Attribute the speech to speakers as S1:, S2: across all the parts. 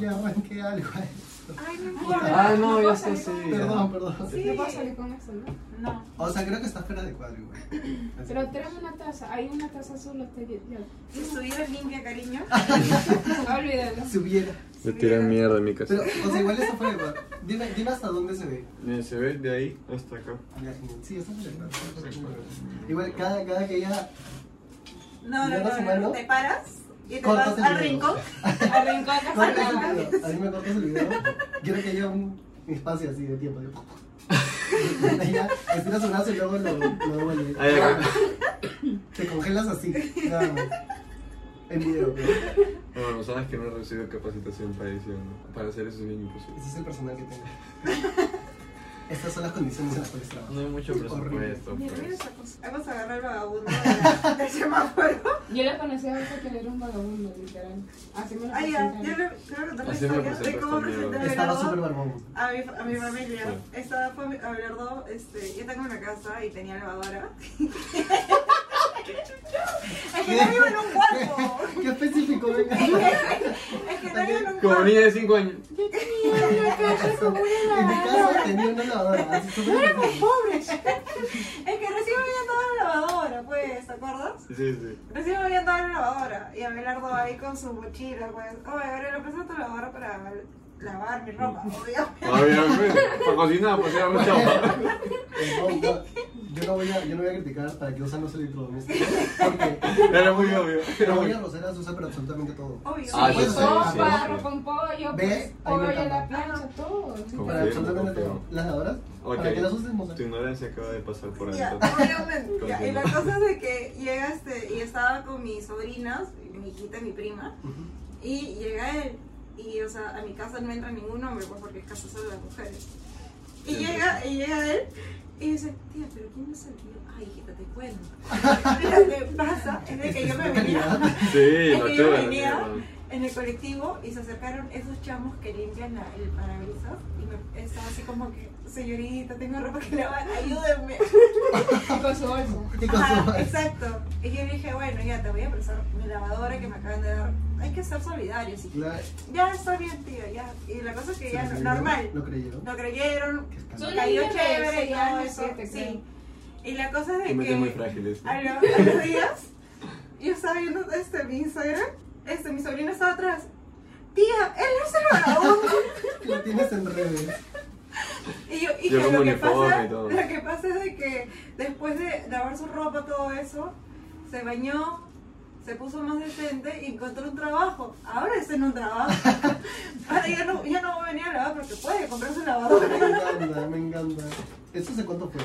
S1: Le arranqué algo a eso.
S2: Ay, no
S3: Ah, no, ya sé, sí.
S1: Perdón, perdón.
S2: Sí.
S4: No puedo salir con eso, ¿no?
S2: No.
S1: O sea, creo que está fuera de cuadro igual.
S4: Pero tráeme una taza. Hay una taza azul. Está yo. yo-
S2: Si estuviera limpia, cariño.
S4: Olvídalo.
S1: Si hubiera.
S5: Le tiran mierda en mi casa.
S1: Pero, o sea, igual está fuera de cuadro. Dime, dime hasta dónde se ve.
S3: Mira, se ve de ahí hasta acá.
S1: Ya, Sí, está fuera de cuadro. Igual, cada, cada que ella.
S2: No, no,
S1: ¿Le das
S2: no,
S1: su
S2: no,
S1: mano?
S2: Te paras y te
S1: Cortas
S2: vas
S1: el
S2: al
S1: dedo.
S2: rincón.
S4: Al rincón.
S1: Cortas el video. A mí me cortas el video. Quiero que haya un espacio así de tiempo. de- Ella estira su brazo y luego lo, lo devuelve.
S3: Ahí acá.
S1: Te congelas así. Nada más. En video. pero
S3: Bueno, sabes que no he recibido capacitación para edición. ¿no? Para hacer eso es bien imposible.
S1: Ese es el personal que tengo. Estas son las condiciones en las cuales trabajo.
S3: No hay mucho
S1: Horrible.
S3: presupuesto,
S4: Mira, mira
S3: pues.
S4: esa cosa.
S2: Vamos a agarrar el vagabundo de- del semáforo.
S4: Yo la conocí a Jorge que era un vagabundo, literal. Así me lo
S2: Ah, ya. Yo
S4: presentaron.
S2: le quiero contar la
S3: Así me
S2: historia de
S3: presentaste
S2: cómo
S3: a mí,
S2: presenté a
S1: Estaba súper
S2: Abelardo
S1: barbón.
S2: a mi, a mi familia.
S3: Sí.
S2: Estaba fue mi- Abelardo, este, yo tengo una casa y tenía lavadora. es que no vivo en un cuarto.
S1: ¿Qué específico? Venga.
S2: Es que no vivo en un
S3: Como
S2: cuarto.
S3: niña de 5 años.
S4: Yo tenía una casa con una
S1: En mi casa
S4: lavadora.
S1: tenía una lavadora. Así súper específico.
S4: Pobres.
S2: Es que recién me habían dado la lavadora, pues, ¿te acuerdas?
S3: Sí, sí.
S2: Recién me habían dado la lavadora. Y Abelardo ahí con su mochila, pues, oye, ahora le presento la lavadora para lavar mi
S3: Mm.
S2: ropa, obviamente.
S3: Obviamente. Para cocinar, pues era mucha chapa.
S1: Eh, no, no, Yo no, voy a, yo no voy a criticar para que usan los electrodomésticos. Porque
S3: Era muy obvio. Era
S1: la
S3: muy
S1: olla rosera se usa para absolutamente todo.
S2: Obvio.
S3: Ah, yo
S1: Puede
S3: sí,
S1: ser.
S3: sí,
S4: Sopa,
S3: sí.
S4: ropa en pollo, pues,
S1: ¿Ves? Ahí me
S4: pollo en la
S1: encanta.
S4: plancha, todo.
S3: Confirmo,
S1: Para absolutamente
S3: confirmo.
S1: todo. Las lavadoras. Para
S3: Ok.
S1: que las usen, Mozart.
S3: Tu ignorancia acaba de pasar por ahí.
S2: Ya,
S3: entonces.
S2: obviamente. Ya, Y la cosa es de que llega este, y estaba con mis sobrinas, mi hijita y mi prima,
S1: Ujú.
S2: y llega él. Y, o sea, a mi casa no entra ningún hombre, pues porque es casa solo de las mujeres. Y
S3: Sí,
S2: llega, y llega él, y dice, tía, pero ¿quién es el tío? Ay, hijita, te cuento. Lo que pasa es de que yo me
S3: Este
S2: venía.
S3: Sí,
S2: Es
S3: la
S2: que yo
S3: chava. la
S2: venía
S3: mierda.
S2: en el colectivo y se acercaron esos chamos que limpian la- el parabrisas y me estaba así como que, señorita, tengo ropa que lavar, ayúdenme.
S4: Con su bolsa.
S1: Y con su
S2: Ajá, exacto. Y yo dije, bueno, ya te voy a prestar mi lavadora que me acaban de dar. Hay que ser solidarios. Y
S1: La-
S2: ya está bien, tío, ya. Y la cosa es que
S1: se
S2: ya,
S1: lo creyeron,
S2: normal.
S1: Lo creyeron.
S2: Lo creyeron,
S1: Qué escándalo.
S4: Son
S2: cayó
S4: niños de
S2: chévere y
S4: seis
S2: todo
S4: años,
S2: eso.
S4: siete, creo.
S2: Sí. Y la cosa
S3: Tú
S2: es de
S3: me
S2: que.
S3: tienes muy frágiles.
S2: A lo- a los días, yo estaba viendo este, mi Instagram, este, mi sobrino estaba atrás. Tía, él no se lo grabó.
S1: Lo tienes en revés.
S2: Y yo, y
S3: Yo con
S2: que lo que,
S3: uniforme
S2: pasa,
S3: y todo.
S2: lo que pasa es de que después de lavar su ropa, todo eso, se bañó, se puso más decente y encontró un trabajo. Ahora es en un trabajo. Ahora ya no, ya no va a venir a lavar porque puede comprarse
S1: Me
S2: lavadora.
S1: encanta, me encanta. ¿Eso hace cuánto fue?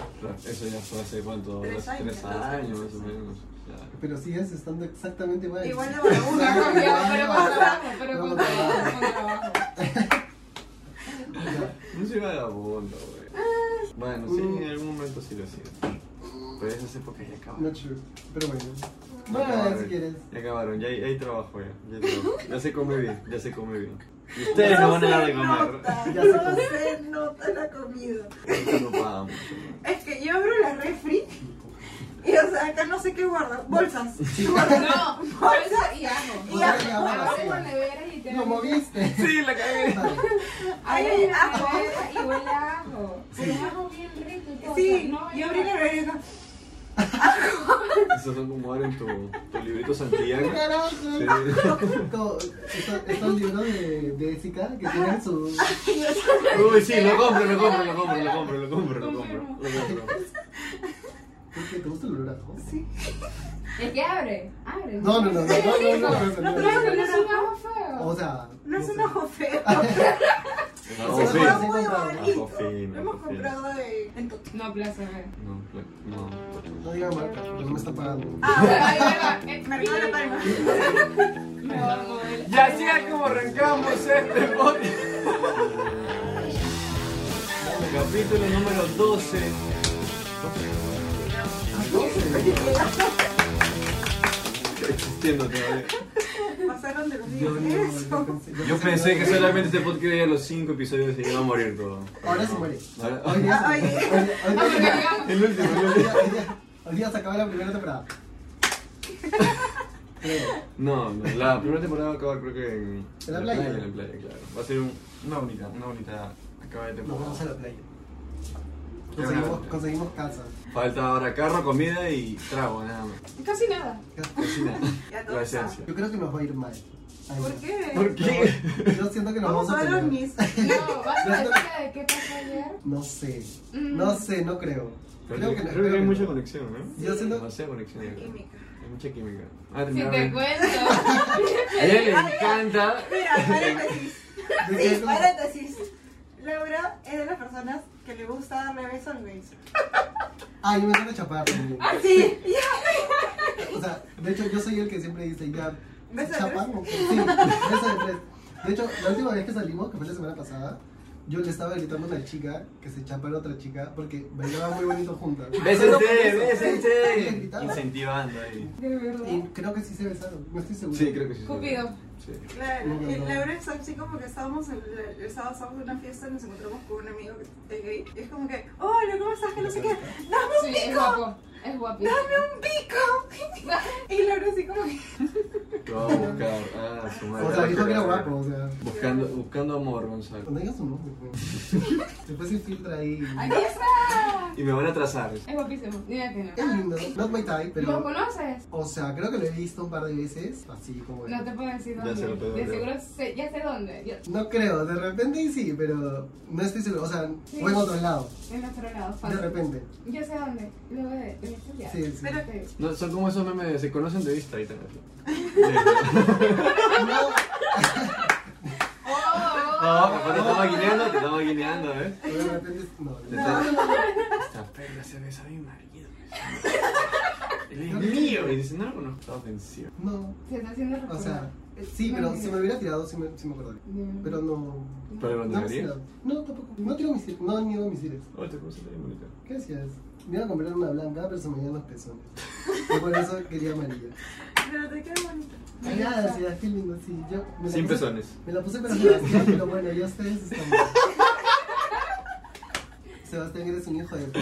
S3: Eso ya fue hace cuánto?
S2: Tres
S3: Hace
S2: años,
S3: Tres
S2: dos años.
S3: años, más o menos. Ya.
S1: Pero sigues estando exactamente igual.
S2: Igual de vagabunda.
S4: No,
S1: Exactamente
S4: ya,
S1: igual.
S4: pero con trabajo, pero
S1: No,
S4: con
S1: no,
S4: trabajo, con trabajo.
S1: Ya.
S3: No soy vagabundo, güey. Bueno, sí, en algún momento sí lo he sido. Pero esas épocas ya acabaron.
S1: Not sure. Pero bueno.
S3: Ya
S1: Bueno,
S3: acabaron.
S1: si quieres.
S3: Ya acabaron, ya hay, hay trabajo ya. Ya, hay trabajo. ya se come bien, ya se come bien. Y ustedes no van a dar de comer.
S2: nota,
S1: Ya se
S2: no
S1: comió.
S2: se nota la comida.
S3: Eso no paga mucho.
S2: Es que yo abro la refri y o sea, acá no sé qué guarda. Bolsas. Guarda-
S4: No, bolsa y ajo.
S2: Y ajo.
S4: Abajo en la nevera y te
S1: Lo moviste.
S3: Sí, la cagué.
S1: Vale.
S4: Ahí
S2: Ay,
S4: hay
S2: ajo.
S4: ajo. Y huele a ajo. Pero ajo bien rico y todo.
S2: Sí,
S4: o sea, no
S2: yo abrí la
S4: hay-
S2: refri y digo,
S3: Esos son como ahora en tu, tu librito Santiago.
S1: Carajo.
S3: Sí.
S1: Como esto- Estos libros de, de Jessica que tienen su.
S3: Uy, sí, lo compro, lo compro, lo compro, lo compro, lo compro, lo compro. Lo compro.
S1: ¿Por qué? ¿Te gusta el olor a ajo?
S2: sí.
S4: Es que abre. Abre.
S1: No, no, no, no, no, no, no, Oh.
S4: No,
S1: no,
S4: pero
S1: no,
S4: no es un ajo
S1: no.
S4: feo.
S1: O sea.
S2: No es
S1: sé.
S2: un ojo feo.
S3: Ah, No,
S2: Es
S1: sí.
S2: un ajo
S3: sí.
S2: muy
S3: Ajo
S2: bonito.
S3: fino,
S2: Lo hemos
S3: ajo
S2: comprado de. En tu...
S4: No, plaza, a ver.
S3: No, no.
S1: No digan marca, porque no me están pagando.
S2: Ah,
S4: Ay, verdad, eh,
S2: Mercado de la Palma.
S4: mejor modelo.
S3: Y así es como arrancamos este podcast. Capítulo número 12. Existiendo todavía.
S2: Pasaron de los
S1: Yo, no,
S2: días.
S1: yo
S2: Eso.
S1: pensé, yo
S3: Yo pensé que solamente este podcast iba a los 5 episodios y se iba a morir todo.
S1: Ahora se muere.
S3: Ahora-
S1: Hoy día se
S2: Ay.
S1: muere. Hoy día- hoy
S4: Ah,
S1: día se
S4: porque
S1: muere.
S4: llegamos.
S3: El último, el
S1: Hoy
S3: último.
S1: día- hoy día- Hoy día se acaba la primera temporada. Creo.
S3: No, no, la primera temporada va a acabar creo que en
S1: En la playa.
S3: En la playa, claro. Va a ser un- una bonita, una bonita acaba de
S1: Nos
S3: temporada.
S1: vamos a la playa.
S3: Qué
S1: Conseguimos,
S3: buena.
S1: conseguimos casa.
S3: Falta ahora carro, comida y trago, nada más.
S4: Casi nada.
S3: Cocina.
S2: Ya todo
S3: La
S2: está.
S3: esencia.
S1: Yo creo que nos va a ir mal. Ay,
S2: ¿Por
S1: no.
S2: qué?
S3: ¿Por qué?
S1: Yo siento que nos
S2: Vamos
S1: vamos,
S2: a ver los
S1: pelear.
S2: mis.
S4: No, vas a decir de qué pasó ayer.
S1: No sé.
S4: Mm.
S1: No sé, no creo.
S3: Creo que,
S1: creo
S3: hay
S1: no.
S3: mucha conexión, ¿no?
S1: Yo siento.
S3: Demasiada conexión.
S2: La
S3: yo creo.
S2: química.
S3: Hay mucha química. Ah,
S1: Pues
S4: Si
S3: terminaba
S4: te
S3: bien.
S4: cuento.
S3: A ella le encanta.
S2: Mira, paréntesis.
S1: yo
S2: Sí,
S1: creo que-
S2: paréntesis. Laura es de las personas que le gusta darle besos al beso.
S1: Ah, yo me tengo que chapar también.
S2: Sí, ya.
S1: O sea, de hecho, yo soy el que siempre dice, ya.
S2: ¿Beso de
S1: chapamos. Sí, beso de tres. De hecho, la última vez que salimos, que fue la semana pasada, yo le estaba gritando a una chica que se chapara a otra chica porque bailaba muy bonito juntas. Solo por
S3: Bésense,
S1: eso. Y le
S3: bésense.
S1: gritaba.
S3: Incentivando ahí.
S4: De
S1: Y
S4: verdad.
S1: creo que sí se besaron, no estoy seguro.
S3: Sí, creo que sí.
S4: Cupido.
S3: Sí.
S2: eh, La,
S1: No, no, no.
S2: Laura es así como que estábamos el, el sábado estábamos en una fiesta y nos encontramos con un amigo que es gay. Y es como que, hola, ¿cómo estás? Que no sé qué. ¡Dame un
S4: Sí, es
S2: pico!
S4: guapo. Es guapito.
S2: ¡Dame un pico! Y Laura así como que...
S3: Lo va a buscar. Ah, su madre.
S1: O sea, dijo que era guapo, o sea.
S3: Buscando, buscando amor, Gonzalo.
S1: Cuando digas su nombre, pues. Después se infiltra ahí.
S4: ¡Aquí está!
S3: Y me van a trazar.
S4: Es guapísimo. Mira que no.
S1: Es lindo, not my type,
S4: ¿Lo
S1: pero.
S4: conoces?
S1: O sea, creo que lo he visto un par de veces, así como.
S4: No te puedo decir
S3: Ya
S4: dónde.
S3: se lo puedo
S4: de
S3: ver.
S4: seguro sé, ya sé dónde. Yo,
S1: No creo, de repente y sí, pero no estoy seguro, o sea,
S4: Sí.
S1: o en otro lado,
S4: en otro lado.
S1: de
S4: fácil.
S1: repente.
S4: Yo sé dónde. Luego de, de esto ya.
S1: Sí, sí.
S2: Pero-
S4: Sí.
S3: No, son como esos memes, se conocen de vista ahí también.
S1: No,
S4: ¡Oh!
S3: No, papá, te estaba guineando, te estaba guineando, ¿eh?
S1: o de repente no.
S3: Te
S1: no.
S3: estaba- Esta perra se besa a mi marido. Él es mío. Y dice, no lo conozco. Está ofensivo.
S1: No,
S4: Se está haciendo
S1: o
S4: recordar.
S1: sea, sí, pero si me hubiera tirado, sí me, sí me acordaría.
S4: No.
S1: Pero no.
S3: Pero
S1: No,
S3: cuando
S1: me
S3: debería.
S1: tiro. no, tampoco. No tiro misiles, no niego misiles.
S3: Oye, ¿cómo se Oh, te ve bonita?
S1: ¿Qué hacías? Me iba a comprar una blanca, pero se me iban los pezones. Y por eso quería amarilla.
S2: Pero te queda bonito.
S1: Ay, Gracias, qué lindo, sí. Yo me la
S3: Sin
S1: puse-
S3: pezones.
S1: Me la puse para Sebastián, pero bueno, ya ustedes están bien. Sebastián, eres un hijo de puta.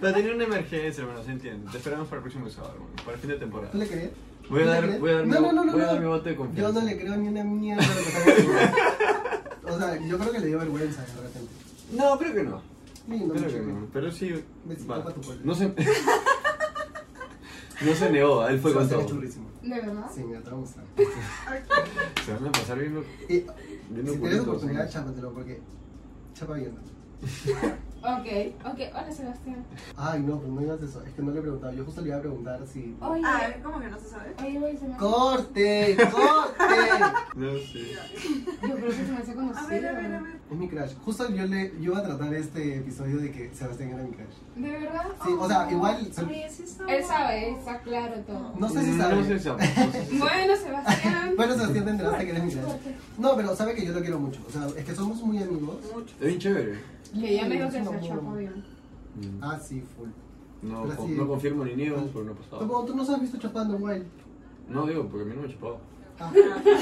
S3: Pero tenía una emergencia, hermano, se entiende. Te esperamos para el próximo sábado, hermano, para el fin de temporada.
S1: ¿Tú le crees? ¿Tú
S3: Voy a
S1: le
S3: dar-
S1: crees?
S3: voy a dar mi-
S1: no, no, no, no,
S3: voy a
S1: no.
S3: dar mi voto de confianza.
S1: Yo no le creo ni una mierda lo que acaba de decir. O sea, yo creo que le dio vergüenza de repente.
S3: No, creo que no.
S1: Sí, no,
S3: creo
S1: mucho
S3: que
S1: que-
S3: no. Pero sí.
S1: Besito
S3: va.
S1: pa' tu pueblo.
S3: No se. no se negó, él fue con
S1: Sebastián
S3: todo.
S1: es churrísimo.
S4: ¿De verdad?
S1: Sí, mira, te vamos a
S3: Se van a pasar viendo.
S1: Y
S3: viendo
S1: Si tienes
S3: culitos,
S1: oportunidad,
S3: ¿no?
S1: chápatelo, porque chapa viendo.
S4: Ok, ok. Hola, Sebastián.
S1: Ay, no, pero no digas eso. Es que no le he preguntado. Yo justo le iba a preguntar si.
S4: Oye.
S2: Ah, ¿cómo que no se sabe?
S4: Oye, güey, se me hace...
S1: ¡Corte! ¡Corte!
S3: No, sí.
S4: Yo creo que se me hace conocido.
S2: A ver, a ver, a ver.
S1: Es mi crush. Justo yo le yo iba a tratar este episodio de que Sebastián era mi crush.
S4: ¿De verdad?
S1: Sí, o sea, igual. se-
S2: Ay, sí sabe.
S4: Él sabe, está claro todo.
S1: No sé si
S3: Mm,
S1: sabe.
S3: No sé si sabe. no sé si sabe.
S4: Bueno, Sebastián.
S1: Bueno, Sebastián, te enteraste que eres mi crush.
S4: Fuerte.
S1: No, pero sabe que yo lo quiero mucho. O sea, es que somos muy amigos.
S2: Mucho.
S3: Es bien chévere.
S4: Que ya me dijo que
S1: Es un
S4: se
S1: amor.
S4: chapó bien.
S3: Mm.
S1: Ah, sí, full.
S3: No,
S1: pero sí.
S3: con-
S1: Pues,
S3: no confirmo ni niego, porque no ha
S1: Tú,
S3: pasado.
S1: como tú nos has visto chapando, guay.
S3: No digo, porque a mí no me ha chupado.
S1: Ah,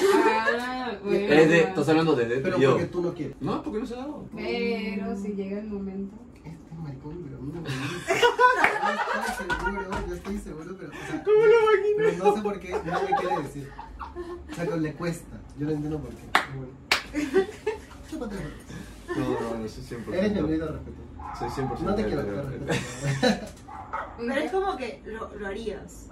S4: Ah, bueno.
S3: Es de, estás hablando de, de
S1: pero
S3: yo.
S1: porque tú no quieres.
S3: No, porque no se ha dado.
S4: Pero si llega el momento.
S1: Este maricón, pero a mí no me gusta. Yo estoy seguro, yo estoy seguro, pero. O sea, ¿Cómo lo Pero no sé por qué, no me quiere decir. O sea, que le cuesta. Yo no entiendo por qué. Pero bueno. Chúpate,
S3: No, no, no, soy 100%.
S1: Eres mi amigo de respeto.
S3: Soy 100%.
S1: No te quiero
S3: hetero.
S1: pero respeto.
S2: Pero es como que lo, lo harías.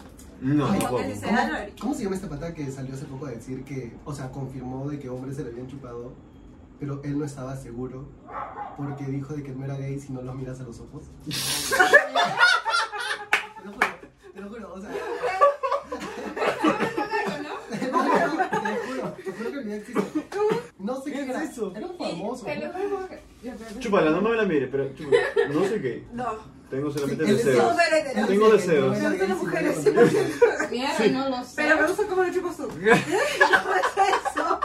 S3: No,
S2: Como
S3: tampoco.
S2: que si se
S1: ¿Cómo,
S2: da, lo harías.
S1: cómo se llama esta pata que salió hace poco a decir que, o sea, confirmó de que hombres se le habían chupado, pero él no estaba seguro porque dijo de que no era gay si no los miras a los ojos? te lo juro, te lo juro, o sea. No, no, te lo juro, te juro que el video existe. No sé
S3: ¿Qué
S1: qué,
S3: es
S1: era.
S3: eso?
S1: Era un
S4: Y
S1: famoso.
S4: Te lo
S1: ¿no?
S4: juro que- yo creo que-
S3: Chúpala, no me la mire, pero chúpala. No sé qué.
S2: No.
S3: Tengo solamente
S1: Sí, él
S3: deseos.
S2: decía-
S1: Él dice
S3: Tengo
S1: que
S3: deseos.
S1: no era
S2: Pero
S1: gay
S2: las
S1: si no
S2: mujeres,
S1: los miras.
S4: Mierda, no lo sé.
S2: Pero me gusta cómo lo chupas tú. ¿Cómo es eso?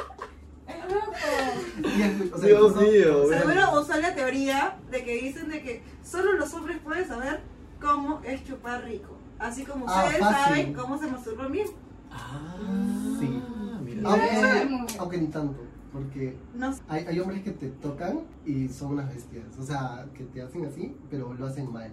S4: Es loco.
S1: Y es muy- o sea,
S3: Dios
S1: justo-
S3: mío,
S2: Seguro usó la teoría de que dicen de que solo los hombres pueden saber cómo es chupar rico. Así como
S1: Ah,
S2: ustedes
S1: fácil.
S2: saben cómo se masturban bien.
S3: Ah,
S1: Sí.
S3: mira.
S4: Ah, Eso es
S1: Aunque,
S4: muy-
S1: aunque ni tanto, porque
S2: No sé.
S1: Hay, hay hombres que te tocan y son unas bestias. O sea, que te hacen así, pero lo hacen mal.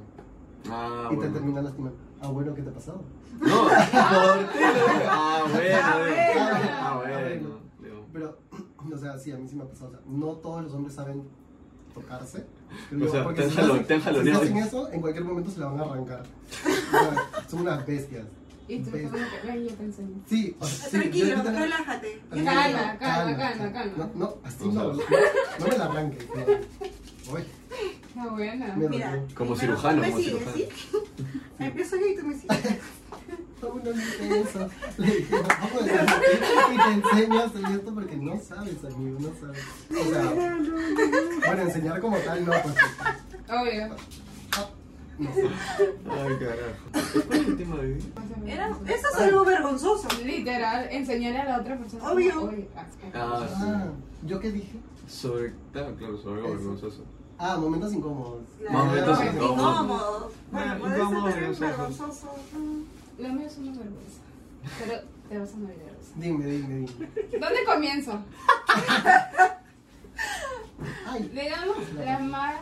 S3: Ah,
S1: y te
S3: bueno.
S1: terminan lastimando. Ah, bueno, ¿qué te ha pasado?
S3: No, ¿por qué lo digo? Ah,
S2: Ah,
S3: bueno. digo.
S2: bueno.
S3: Ah, bueno. digo.
S1: Pero, o sea, sí, a mí sí me ha pasado. O sea, no todos los hombres saben tocarse.
S3: O sea,
S1: porque
S3: te han
S1: si no
S3: jalo-
S1: hacen-
S3: te han
S1: Si no
S3: jaloneado.
S1: hacen eso, en cualquier momento se la van a arrancar. O sea, son unas bestias.
S4: Y tú
S1: Ves.
S4: como que, ven, yo te enseño.
S1: Sí, o sea, sí, yo-
S2: Tranquilo,
S1: yo también- Ah,
S2: relájate.
S1: también-
S4: Calma, calma, calma, calma.
S1: No, no, así
S3: O sea,
S1: no. No, no me la arranques. no. Oye,
S4: Está buena.
S1: Me-
S2: Mira,
S3: Como
S2: primero
S3: cirujano,
S2: tú me
S3: como
S2: sigues,
S3: cirujano.
S2: ¿sí? Empiezo yo y tú me sigues.
S1: no, no dice eso. Le dije, vamos a decir, y te enseño a hacer esto porque no sabes, amigo, no sabes. O sea, bueno, enseñar como tal no, pues.
S4: Obvio.
S1: No sé.
S3: Ay, carajo. ¿Cuál es el tema de hoy?
S2: Era, eso es algo vergonzoso.
S4: Literal, enseñarle a la otra persona. como,
S2: Obvio.
S4: "Oye, ah,
S3: Ah,
S1: Ah,
S3: sí.
S1: ¿yo qué dije?
S3: Sobre. Claro, claro, sobre algo
S1: Eso.
S3: vergonzoso.
S1: Ah, momentos incómodos. Ah,
S2: Claro.
S3: Momentos
S2: Pues,
S3: incómodos.
S2: incómodos.
S3: Bueno,
S2: Bueno, puede ser
S3: incómodos,
S2: también
S3: vergonzosos.
S2: vergonzoso. ¿no?
S4: Lo mío es una vergüenza. Pero te vas a morir de risa.
S1: Dime, dime, dime.
S4: ¿Dónde comienzo?
S1: Ay,
S4: Digamos la más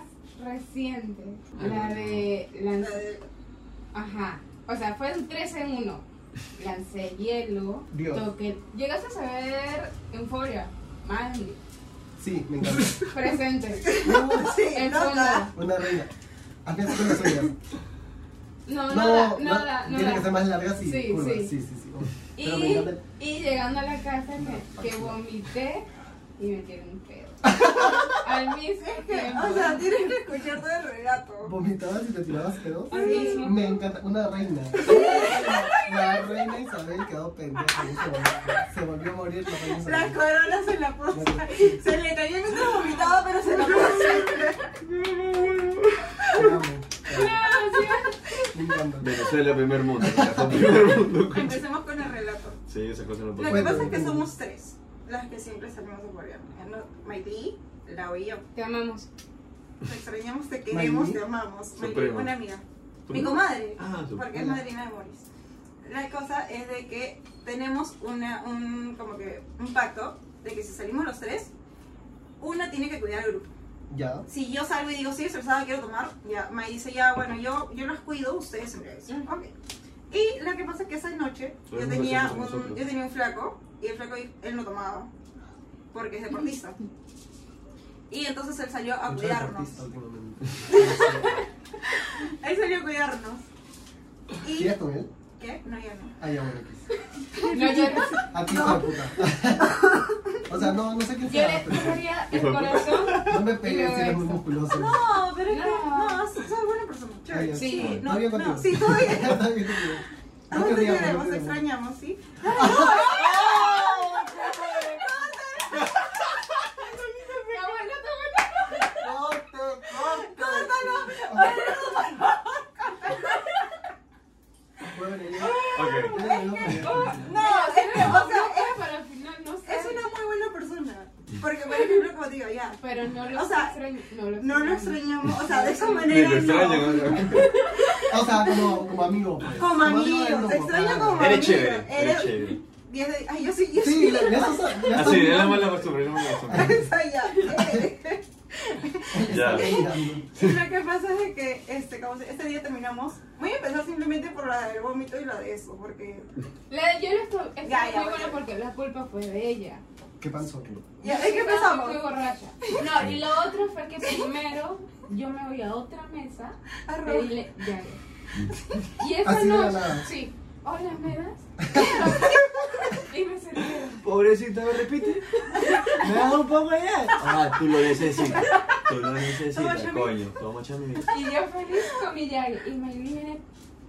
S4: reciente. La de.
S2: La
S4: lanz-
S2: de-
S4: Ajá. O sea, fue un 3 en 1. Lancé hielo.
S1: Dios.
S4: Toqué. Llegaste a saber Euforia. Mandy.
S1: sí, me encanta.
S4: Presente.
S1: No,
S2: Sí,
S4: El
S2: loca.
S4: fondo.
S1: Una reina. Ah, Hazme así con las uñas.
S4: No, nada,
S1: no,
S4: nada,
S1: Tiene que ser
S4: nada.
S1: más largas y
S4: Sí,
S1: curvas.
S4: sí.
S1: Sí, sí, sí. oh. Pero me
S4: Y,
S1: encanta.
S4: y llegando a la casa me- que vomité y me tiré un pedo. Al mismo
S2: Es que,
S4: tiempo.
S2: o sea, tienes que escuchar todo el relato.
S1: Vomitabas y te tirabas pedos.
S4: Al mismo
S1: Me encanta. Una reina. La reina Isabel quedó pendeja. en ese momento. Se volvió a morir la reina
S2: La
S1: Isabel.
S2: corona se la puso. Se le cayó mientras vomitaba, pero se la puso.
S1: Te amo. Te amo.
S4: Gracias.
S1: Me encanta.
S3: Venezuela, primer mundo. carajo, Primer mundo.
S2: Empecemos con el relato.
S3: Sí, esas cosas no
S2: Lo
S3: pasan.
S2: que
S1: Cuéntame,
S2: pasa es que
S1: cuéntame.
S2: somos tres las que siempre salimos a Corea. No, Maití, Lau y yo.
S4: Te amamos.
S2: Te extrañamos, te queremos,
S1: Maití.
S2: te amamos. Maití,
S3: Suprema.
S2: una amiga.
S3: ¿Tú?
S2: Mi comadre.
S3: Ah, su-
S2: Porque es madrina de Moris. La cosa es de que tenemos una, un, como que un pacto de que si salimos los tres, una tiene que cuidar al grupo.
S1: Ya.
S2: Si yo salgo y digo, sí, estresada, quiero tomar, ya me dice, ya, bueno, yo, yo los cuido, ustedes se merecen.
S4: Mm.
S2: Ok. Y lo que pasa es que esa noche
S3: Todo el
S2: yo
S3: mundo
S2: tenía,
S3: hacemos
S2: un,
S3: nosotros.
S2: yo tenía un flaco y el flaco él no tomaba porque es deportista. Y entonces él salió a
S1: Mucho
S2: cuidarnos.
S1: deportista últimamente.
S2: Él salió a cuidarnos. Y,
S1: ¿Quieres con él?
S2: ¿Qué? No, ya no.
S1: Ah, ya, bueno, aquí.
S4: No llores.
S1: A ti, hijo de puta. o sea, no, no sé quién
S4: Yo
S1: será,
S4: le
S1: pero
S4: corría el corazón.
S1: no me pegues si eres muy
S4: Pero-
S1: musculoso.
S2: No, pero es que
S4: No.
S2: no, soy soy buena persona.
S1: Ay,
S2: Chévere.
S1: Ah, ya.
S4: Sí,
S1: Está
S2: no,
S1: bien
S2: no,
S1: contigo.
S2: sí, todo bien.
S1: Está bien contigo.
S2: No te
S1: queríamos,
S2: queremos, te
S1: queríamos.
S2: extrañamos, ¿sí?
S4: Está bueno, está bueno.
S1: No te Bueno, yo-
S3: Ok.
S1: yo le digo que-
S2: No, es que, o sea, es-
S4: para el final no sé.
S2: es una muy buena persona. Porque, por ejemplo, como digo, ya,
S4: Pero no lo
S2: O sea,
S4: extraño. No lo,
S2: no lo extrañamos, o sea, de esa
S3: Ni
S2: manera
S3: te
S2: no.
S3: extraño, ¿no?
S1: O sea, como, como amigo. Pues.
S2: Como
S1: amigo del
S2: amigos,
S1: grupo,
S2: te extraño
S1: claro.
S2: como
S3: Eres
S2: amigos.
S3: chévere, eres
S2: Eres-
S3: chévere.
S2: diez de- Ay, yo soy, yo
S1: Sí, ya
S2: soy.
S1: ya estás. ya
S3: Así,
S1: estás-
S3: es la mala costumbre, es la mala costumbre.
S2: Soy ya. eh.
S1: ya estás
S3: Ya.
S1: mirando.
S2: Lo que pasa es que este, como se- este día terminamos. Voy a empezar simplemente por la del vómito y la de eso, porque.
S4: La de yo lo estoy. Es
S2: Ya, ya,
S4: muy
S2: ya.
S4: buena porque la culpa fue de ella.
S1: ¿Qué pasó?
S2: Ya, es que
S4: Estaba
S2: empezamos.
S4: muy borracha. No, y lo otro fue que primero yo me voy a otra mesa.
S2: A robar.
S4: Pedirle ya. Y esa
S1: Así de la
S4: noche.
S1: nada.
S4: Sí. Hola, ¿me das? y me servieron.
S3: Pobrecita, me repite. Me das un poco allá. Ah, tú lo necesitas. Tú lo necesitas,
S2: Toma,
S3: coño. Toma, chami.
S4: Y yo feliz con mi llave. Y me viene,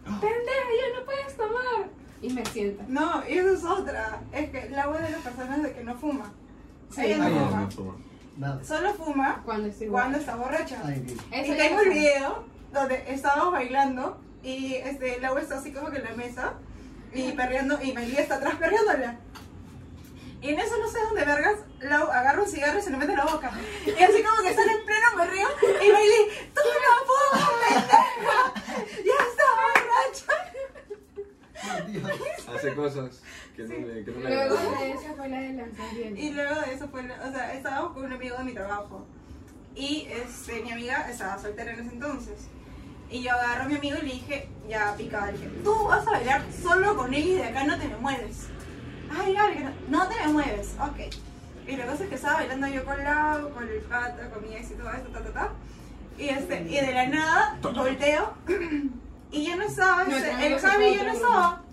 S4: pendeja, ya no puedes tomar. Y me sienta.
S2: No, y eso es otra. Es que la web de las personas de que no fuma.
S4: Sí.
S2: Ella
S1: Ay,
S2: no
S3: No,
S2: fuma.
S3: no toma.
S1: Nada.
S2: Solo fuma
S4: Cuando estoy
S2: cuando
S4: borracha.
S2: está borracha.
S1: Ay, bien.
S4: Eso
S2: y
S4: ya
S2: tengo
S4: pasó.
S2: el video donde estábamos bailando y este, la web está así como que en la mesa y perreando y María está atrás perreándola. Y en eso no sé dónde vergas, Lau agarra un cigarro y se lo mete en la boca. Y así como que están en pleno perreo y Bailey, ¡tú no fumas, pendeja! ¡Ya está borracha!
S1: Por Dios.
S3: Hace cosas que no
S2: Sí.
S3: le que no le
S4: Luego
S3: agradan.
S4: de esa fue la de lanzar bien.
S2: Y luego de eso fue, o sea, estábamos con un amigo de mi trabajo. Y este, mi amiga estaba soltera en ese entonces. Y yo agarro a mi amigo y le dije, ya picada, le dije, tú vas a bailar solo con ella y de acá no te me mueves. Ay, Gaby, no, no te me mueves, ok. Y la cosa es que estaba bailando yo con Lau, con el pato, con mi ex y todo esto, ta, ta, ta. Y, este, y de la nada volteo y yo no estaba,
S4: No,
S2: este,
S4: no, no,
S2: el
S4: no,
S2: Javi
S4: no,
S2: yo no
S4: no,
S2: estaba.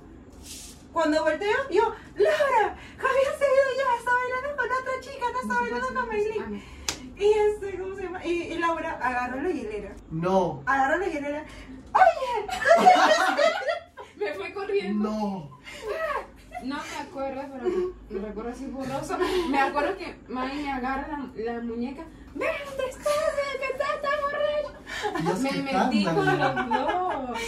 S2: Cuando volteo, yo, Laura, Javier se ha ido ya, está bailando con otra chica, no está bailando con Maylin.
S4: ah,
S2: Y este, ¿cómo se llama? Y, y Laura agarró la hielera.
S1: No,
S2: Agarró la hielera. ¡Oye!
S4: Me fue corriendo.
S1: no.
S4: No me acuerdo, pero me recuerdo así borroso. Me acuerdo que May me agarra la, la muñeca. ¡Ven, te estás! ¡Que estás tan borracho!
S1: Dios,
S4: Me
S1: qué
S4: metí con los
S1: escándalo.
S4: dos.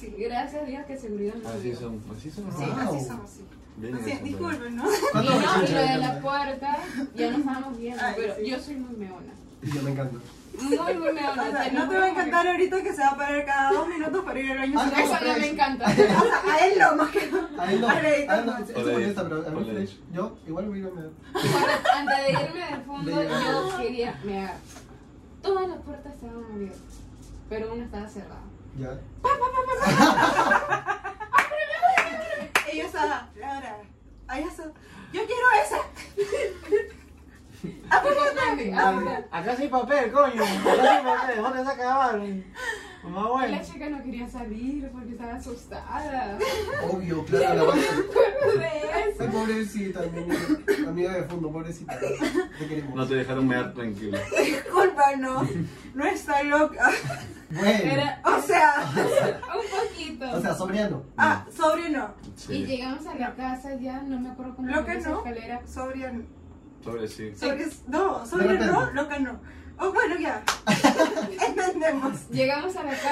S4: Sí, gracias a Dios que seguridad no
S3: Así
S4: vio.
S3: son, así son. Ah,
S2: Sí,
S1: Wow.
S2: así somos, sí.
S3: Bien,
S2: Así es,
S3: eso,
S2: disculpen, ¿no?
S4: Y no,
S1: ¿Cuántos
S4: y lo
S1: bochinches
S4: de
S1: me
S4: la
S1: encanta?
S4: puerta, ya nos estábamos viendo,
S2: Ay,
S4: pero
S2: sí.
S4: yo soy muy meona.
S1: Y yo me encanta.
S4: Muy, muy
S2: O
S4: meona.
S2: sea,
S4: te lo
S2: no te
S4: juro
S2: va a
S4: que-
S2: encantar ahorita que se va a parar cada dos minutos para ir al baño.
S1: Ah,
S2: O
S4: Eso no me encanta.
S2: sea, a él lo más que
S1: A él no.
S2: a Freddy
S1: A él no.
S2: tampoco.
S1: Eso molesta, pero a mí
S3: Ole.
S1: Flash. Yo igual me iba a mear.
S4: Cuando- antes de irme del fondo,
S1: De llegar.
S4: yo quería mear. Todas las puertas estaban abiertas, pero una estaba cerrada.
S1: Ya.
S2: Y yo estaba, Laura, ahí está. Yo quiero esa.
S4: Apúrate, apúrate.
S3: Ah, Acá sí papel, coño. Acá sí papel. ¿Dónde está acabado?
S4: Y
S3: Mamá,
S4: la
S3: bueno.
S4: chica no quería salir porque estaba asustada.
S1: Obvio, claro, la base.
S4: De eso.
S1: Ay, pobrecita, mi amiga de fondo, pobrecita. Te queremos.
S3: No te dejaron mear tranquilo.
S2: Disculpa, no. No está loca.
S1: Bueno.
S4: Era
S2: O sea,
S4: un poquito.
S1: O sea, sobria no.
S2: ah, sobrio no.
S4: y
S3: Sí.
S4: llegamos a la casa ya, no me acuerdo cómo
S2: Loca
S4: fue esa
S2: no.
S4: escalera.
S2: Sobrio no.
S3: Sobre sí.
S2: Sobre, no, sobre
S1: repente.
S2: no, loca no. Oh, bueno, ya. Entendemos.
S4: Llegamos a la
S1: Mira,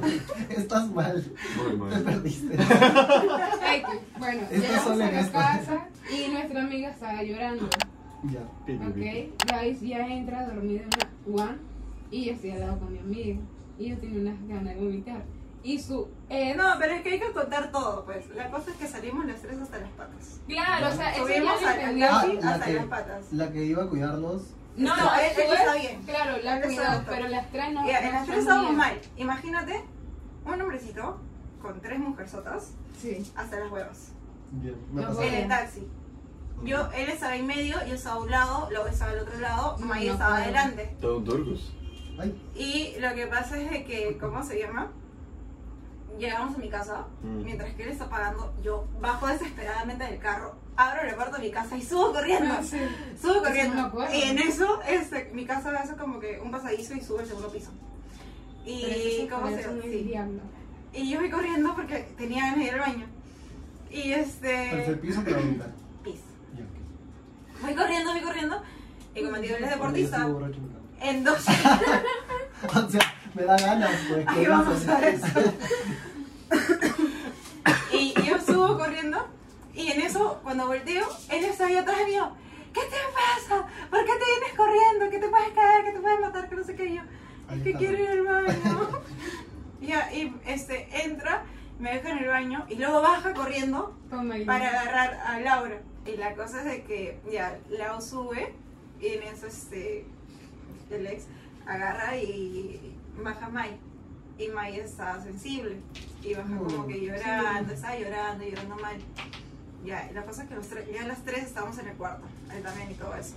S4: casa.
S1: Estás mal.
S3: Muy
S1: Te
S3: mal.
S1: perdiste.
S4: Ay, que- bueno,
S1: Estas
S4: llegamos
S1: son
S4: a la
S1: honestas.
S4: casa y nuestra amiga estaba llorando.
S1: Ya.
S3: Pi, pi, pi.
S4: Ok, Gladys ya entra dormida en una one y yo estoy al lado con mi amiga. Y yo tenía unas ganas de vomitar. Y su
S2: Eh,
S4: ex,
S2: no, pero es que hay que contar todo, pues. La cosa es que salimos las tres hasta las patas.
S4: claro, o sea, eso ya
S2: Subimos
S4: lo
S2: a
S4: entendió.
S1: Ah,
S2: la
S1: la
S2: hasta
S1: que-
S2: las patas.
S1: La que iba a cuidarnos.
S4: No,
S2: No,
S4: a
S2: él-
S4: su
S2: él Este, está
S4: ex,
S2: bien. Este
S4: Claro, la
S2: Él está
S4: cuidó,
S2: bien.
S4: pero las tres no.
S2: Y en
S4: no
S2: las tres
S4: son
S2: estábamos
S4: bien.
S2: mal. Imagínate un hombrecito con tres mujerzotas
S4: Sí.
S2: hasta las huevas.
S1: Bien, me
S4: No
S1: pasó.
S4: voy.
S2: En el taxi. Yo, él estaba en medio, yo estaba a un lado, luego estaba al otro lado,
S4: No,
S2: Maya
S4: no
S2: estaba
S4: puedo.
S2: adelante.
S3: Todo un turcus.
S1: Ay,
S2: Y lo que pasa es de que, ¿cómo se llama? Llegamos a mi casa,
S3: Mm.
S2: mientras que él está pagando, yo bajo desesperadamente del carro, abro la puerta de mi casa y subo corriendo.
S4: No, sí.
S2: Subo
S4: Ah. Eso
S2: Ah, corriendo.
S4: no me acuerdo.
S2: y en eso, este, mi casa hace como que un pasadizo y sube al segundo piso.
S4: Pero eso
S2: Y,
S4: es
S2: ¿cómo se
S4: corazón
S2: llama?
S4: del
S2: Sí.
S4: diablo.
S2: Y yo fui corriendo porque tenía ganas de ir al baño. Y
S1: tercer
S2: este.
S1: piso, pero ahorita.
S2: Pis.
S1: Ya.
S2: Voy corriendo, voy corriendo. Y como te digo, él es
S1: Porque yo
S2: deportista.
S1: estuve borracho, me encanta.
S2: Entonces,
S1: O sea, me da ganas, pues.
S2: ahí
S1: que
S2: vamos
S1: no
S2: a
S1: sé.
S2: eso. Y yo subo corriendo. Y en eso, cuando volteo, él está ahí atrás mío. ¿Qué te pasa? ¿Por qué te vienes corriendo? ¿Que te puedes caer? ¿Que te puedes matar? Que no sé qué. Y yo,
S1: Ahí
S2: es que
S1: está. pues.
S2: quiero ir al baño. Ya, y este, entra, me deja en el baño. Y luego baja corriendo
S4: Con Maylin.
S2: para agarrar a Laura. Y la cosa es de que ya Lau sube y en eso este el ex agarra y baja a Mai. Y Mai está sensible. Y baja como que llorando, estaba llorando, llorando mal. Ya, y la cosa es que los tres, ya las tres estábamos en el cuarto, él también y todo eso.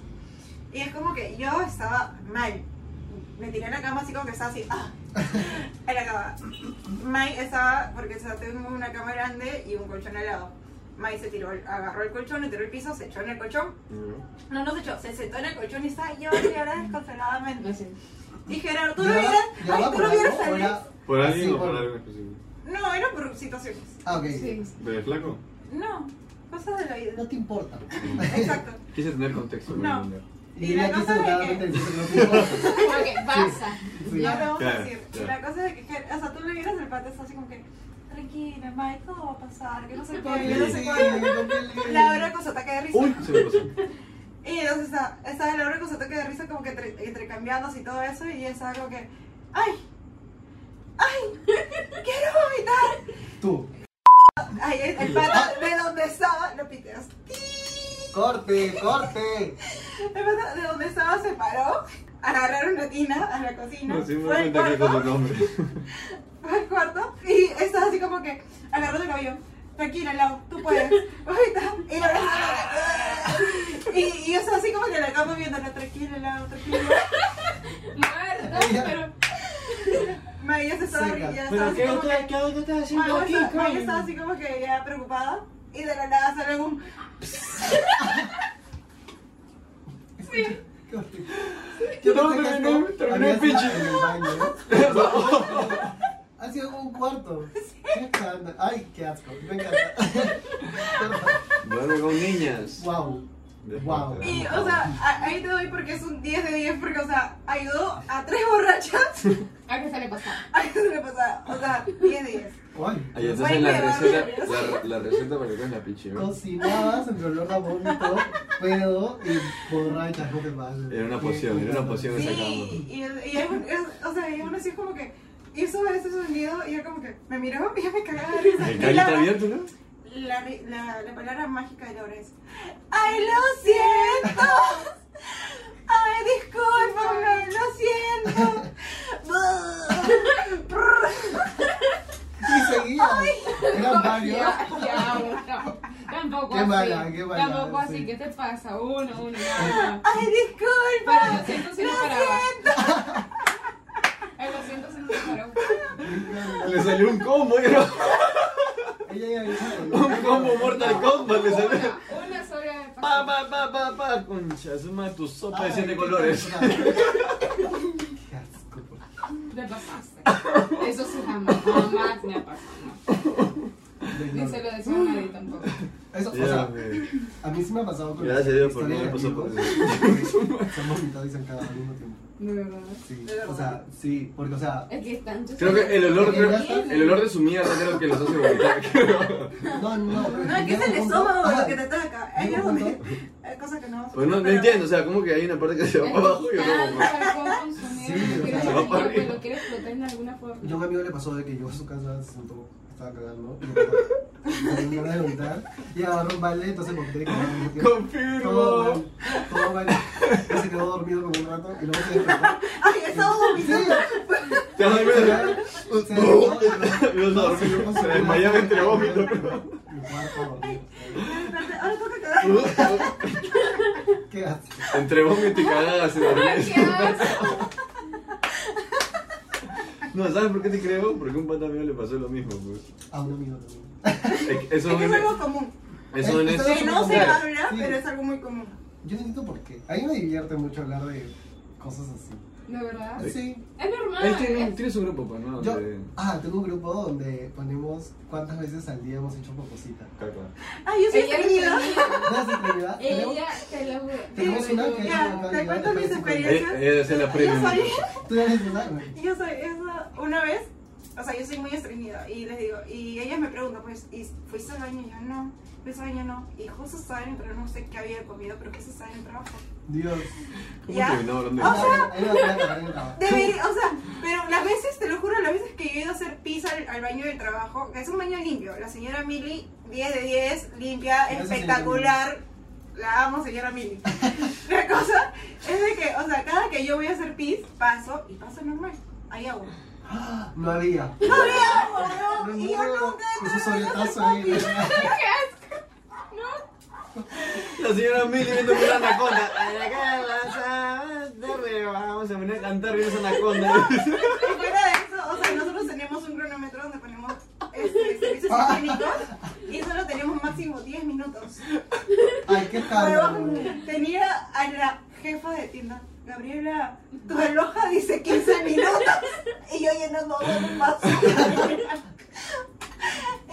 S2: Y es como que yo estaba mal. Me tiré en la cama así como que estaba así, ah, en la cama. Mai estaba, porque o sea, tengo una cama grande y un colchón al lado. Mai se tiró, agarró el colchón, le tiró el piso, se echó en el colchón. No, no se echó, se sentó en el colchón y estaba llorando y ahora desconsoladamente.
S4: No sé.
S2: Y Gerardo, ¿tú
S1: Ya
S2: lo
S1: va-
S2: vieras?
S1: ya
S2: Ay,
S1: va
S2: ¿tú
S1: por
S2: lo vieras
S1: algo,
S2: a
S1: o
S2: Luis?
S1: era-
S3: ¿Por alguien
S1: Sí,
S3: o por
S1: por-
S3: algo específico?
S2: No, era por situaciones.
S1: Ah, ok.
S4: Sí.
S3: ¿De flaco?
S2: No, cosas de la vida.
S1: No te importa.
S2: Exacto.
S3: Quise tener contexto. pero
S2: No.
S1: Y,
S2: Y la
S1: aquí
S2: cosa
S1: se
S2: de
S1: notaba
S2: que-
S1: que te dice que no te importa.
S4: Ok, pasa.
S1: Sí.
S2: No te vamos a
S3: Claro,
S2: decir. Y
S3: claro.
S2: la cosa es que, Ger- o sea, tú le vieras el pato, está así como que, tranquila, Mike, todo va a pasar, que no sé qué, que no sé
S1: Sí,
S2: cuál.
S1: no te-
S2: Laura con su ataque de risa.
S3: Uy, se me pasó.
S2: Y entonces está, estaba Laura con su ataque de risa como que entre, entrecambiándose y todo eso, y ella estaba como que, ¡ay! ¡ay! ¡Quiero vomitar!
S1: Tú.
S2: Ay, el, el pato de donde estaba, lo piteas. ¡Ti!
S1: Corte, corte.
S2: El pato de donde estaba se paró, agarraron la tina a la cocina,
S3: Nos dimos
S2: fue al
S3: cuenta que con los
S2: cuarto,
S3: nombres.
S2: fue al cuarto y estás así como que agarró el cabello. Tranquila, Lau, tú puedes. Ahorita. Y la Y, y yo estaba así como que en la cama viéndola, tranquila, Lau, tranquila.
S4: Muerta, pero.
S2: Maya se estaba
S1: Seca.
S2: riendo. ya estaba
S3: ¿Pero
S2: así
S3: qué
S2: como que-
S3: otra- qué otra estás haciendo
S2: Maya
S3: aquí,
S2: estaba- Maya
S3: Carmen?
S2: estaba así como que ya preocupada y de la nada sale un.
S1: Qué horrible.
S3: Yo no,
S1: pensé que
S3: pero
S1: esto
S3: no, pero no
S1: había
S3: es
S1: sido
S3: pinche.
S1: en el baño, ¿no?
S3: ¿eh?
S1: Ha sido como un cuarto. Qué escándalo. Ay, qué asco. Me encanta.
S3: Duerme con niñas.
S1: Wow.
S3: Después
S1: Wow.
S3: te
S2: Y,
S3: damos
S2: o sea, a- ahí te doy porque es un 10 de 10, porque, o sea, ayudó a tres borrachas
S4: ¿A qué se le pasa?
S2: a que se le pasara. O sea, 10 de 10.
S1: Ay.
S3: Ahí estás
S2: Güey,
S3: en la
S2: me va a
S3: receta, la,
S2: nervios.
S3: la receta para que comas la pichi, ¿no?
S1: Cocinabas entre olor a vómito, pedo y borracha. No te pases.
S3: Era una poción, era una poción.
S2: Sí,
S3: sacando.
S2: y, y es un- es- o sea, y uno así es como que hizo ese sonido y yo como que me miró y yo me cagaba de risa.
S3: El
S2: Y
S3: calle
S2: la-
S3: está abierto, ¿no?
S2: La, ri- la, la palabra mágica de Laura es ¡Ay, lo siento! ¡Ay, discúlpame! ¡Lo siento!
S1: Y seguía. Eran varios.
S4: Ya, ya, bueno. Tampoco
S1: Qué
S4: así.
S1: mala, qué mala,
S4: Tampoco
S1: sí.
S4: así. ¿Qué te pasa? Uno, uno, nada.
S2: ¡Ay,
S4: Pero
S2: disculpa!
S4: lo siento si no paraba. El lo siento si no paraba.
S1: Me encanta.
S3: Le salió un combo, ¿no?
S1: Ella ya
S3: Un combo Mortal Kombat le salió.
S4: Una, una sola de
S3: Pa,
S4: paso.
S3: pa, pa, pa, pa, concha, suma tu sopa de siete colores.
S1: Qué asco. por favor.
S4: Te pasaste. Eso sí jamás, jamás me ha pasado. Ni se lo deseo a nadie tampoco.
S1: Eso, o
S3: Ya,
S1: sea,
S3: güey.
S1: a mí sí me ha pasado con
S3: Gracias a Dios por no
S1: historias
S3: haber pasado por
S1: de amigos. Se han vomitado y se han cagado al mismo tiempo.
S4: De verdad.
S1: Sí,
S2: De verdad.
S1: o sea, sí, porque, o sea,
S4: Es que están
S3: Creo que el olor, creo-
S4: Bien.
S3: el olor de su mierda creo que los hace vomitar. creo.
S1: no, no, no. pero
S2: No, es que es
S1: llega
S2: el
S1: un punto-
S2: estómago
S1: Ajá,
S2: lo que te ataca. Hay,
S1: llega un
S2: donde,
S1: punto-
S2: hay cosas que no.
S3: Pues no, no
S2: pero-
S3: entiendo, o sea, como que hay una parte que se va para abajo y otra para abajo.
S1: Sí, o sea,
S4: Creo
S1: se
S3: va para
S4: que
S3: arriba.
S4: lo quiere explotar en alguna forma.
S1: Yo a un amigo le pasó de que llegó a su casa, se sentó, estaba cagando, y le tocó- tenía ganas de vomitar, y agarró un balde, entonces porque tiene que cagar al mismo tiempo. Todo
S3: Confirmo.
S1: mal, todo mal. Y se quedó dormido como un rato, y luego se despertó.
S2: ¡Ay, estaba
S1: Sí,
S2: vomitando!
S3: Te vas a
S1: se
S3: ver.
S1: despertó, se despertó.
S3: Los dormidos, se desmayaba entre vómitos.
S1: Mi cuarto dormido.
S2: Espérate, Ahora tengo que cagar.
S1: Qué asco.
S3: Entre vómito y cagada se dormía.
S4: ¡Qué asco!
S3: No, ¿sabes por qué te creo? Porque a un pata mío le pasó lo mismo. Pues.
S1: A un amigo también.
S3: Es que Eso
S2: Es que es
S3: no es-
S2: algo común.
S3: Eso no es.
S2: Que no se
S1: Claro.
S2: habla,
S1: Sí.
S2: pero es algo muy común.
S1: Yo necesito por qué. A mí me divierte mucho hablar de cosas así. Ah,
S4: De verdad.
S1: Sí.
S4: Es normal.
S3: Él tiene,
S4: es-
S3: un- tiene su grupo, pues, ¿no?
S1: Yo,
S3: De-
S1: ah, tengo un grupo donde ponemos cuántas veces al día hemos hecho poposita.
S3: Caca.
S2: Ay, yo soy
S4: Ella
S2: estreñida.
S4: es
S1: ¿No es extrañidad? Tenemos-
S4: Ella te lo juro.
S1: Tenemos
S4: te lo
S1: una
S4: juro.
S1: que-
S2: Eh, Ya, te cuento mis
S3: Ella,
S2: experiencias.
S3: ella debe ser la premium.
S2: Yo soy-
S3: entonces.
S1: Tú eres una, güey.
S2: Yo soy esa, una vez, o sea, yo soy muy estreñida y les digo, y ellas me preguntan, pues, ¿y fuiste al baño? Y yo no, fuiste al baño, no. Y justo estaba en el trabajo, no sé qué había comido, pero justo estaba en el trabajo.
S1: Dios. Ah,
S3: ¿Cómo
S2: Ya.
S3: terminó hablando de
S2: O
S1: Ahí
S3: eso?
S2: sea,
S1: va- ahí va a tener que agarrar el trabajo.
S2: Debería, o sea, pero las veces, te lo juro, las veces que yo he ido a hacer pizza al, al baño del trabajo, que es un baño limpio, la señora Mili, 10 de 10, limpia,
S1: Gracias,
S2: espectacular, la amo, señora Mili. la cosa es de que, o sea, cada que yo voy a hacer pis, paso y paso normal, hay agua.
S1: ¡Ah! No había.
S2: No había agua, no,
S1: No,
S2: y yo
S1: no,
S2: nunca
S1: pues, Eso ¿eh? es
S2: entré a hacer
S1: sobretazo ahí.
S2: popis.
S3: La señora Milly viendo una anaconda. A la casa de arriba. Vamos a venir a cantar bien esa anaconda.
S2: Y fuera de eso, o sea, nosotros teníamos un cronómetro donde ponemos este, servicios higiénicos y solo teníamos máximo 10 minutos.
S1: Ay, qué escándalo. güey.
S2: Tenía a la jefa de tienda, Gabriela, tu aloja dice 15 minutos y yo llenando agua en un vaso.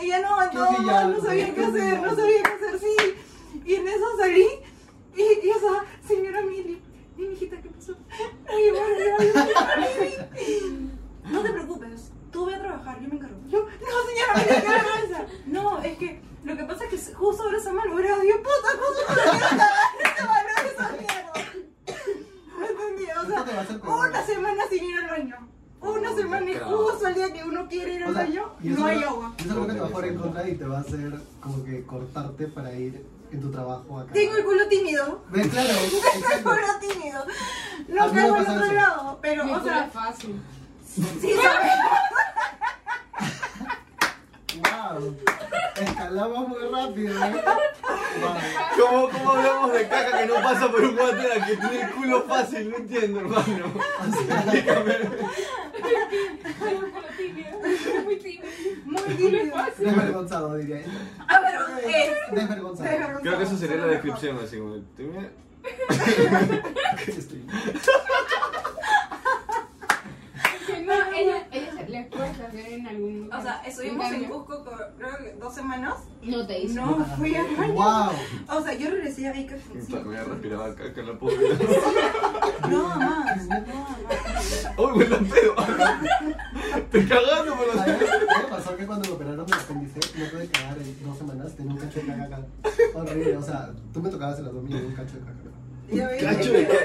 S2: Ella no aguantaba
S1: Qué
S2: más, no
S1: villano,
S2: sabía qué
S1: qué
S2: hacer, no
S1: villano.
S2: sabía qué hacer, sí. Y en eso salí y, y esa señora Mili, mi hijita, ¿qué pasó? Ay, bueno, ya, ya, Mili. No te preocupes, tú ve a trabajar, yo me encargo. Yo, no, señora, me qué vergüenza. No, es que lo que pasa es que justo ahora esa mal hubiera Dios puta, justo ahora quiero cagar este valor esa mierda. No entendí, o
S1: Esto te va a hacer
S2: sea,
S1: peor.
S2: una semana sin ir al baño. Una
S3: Oh,
S2: semana y
S3: claro.
S2: justo el día que uno quiere ir
S1: O
S2: al
S1: sea,
S2: baño,
S1: y eso
S2: no hay
S1: va-
S2: agua.
S1: Eso es lo que te va a jugar en contra y te va a hacer como que cortarte para ir en tu trabajo acá.
S2: Tengo el culo tímido.
S1: ¿Ves? Claro.
S2: Tengo el
S1: exacto.
S2: culo tímido. No,
S1: A
S2: no
S1: mí me
S2: caigo al
S1: pasa
S2: otro
S1: eso.
S2: lado, pero,
S4: Mi
S2: o
S4: cura
S2: sea,
S4: es fácil.
S2: sí, ¿sabes?
S1: ¡Wow! Escalamos muy rápido, ¿eh? Wow.
S3: ¿Cómo, ¿Cómo hablamos de caca que no pasa por un water a que tiene el culo fácil? No entiendo, hermano.
S4: Pero con la tibia. Muy tibia.
S2: Muy
S4: Culo es
S2: tímido.
S4: fácil.
S1: Desvergonzado, diría.
S2: Ah, pero es
S1: Desvergonzado.
S2: desvergonzado,
S3: Creo que eso sería
S2: solo
S3: la
S2: mejor.
S3: descripción, así como el tibia.
S1: Estoy-
S4: Que no, ella, ella se- le cuesta hacer en algún lugar.
S2: O sea, estuvimos en
S4: cambio,
S2: Cusco por, creo que dos semanas.
S4: No
S1: E
S4: te hizo.
S2: No fui al baño.
S1: ¡Wow!
S2: O sea, yo regresé a Ica con
S3: Puta,
S2: cinco.
S3: me respiraba caca la pobre.
S2: No, mamá. No, mamá.
S3: ¡Uy, me la pedo! Te cagando por la
S1: ¿Sabes? Me pasó que cuando me operaron del apéndice, no pude cagar en dos semanas, tenía un cacho de caca acá. Horrible, o sea, tú me tocabas en las dos y un cacho de caca.
S2: Ya ves.
S3: Cacho de caca.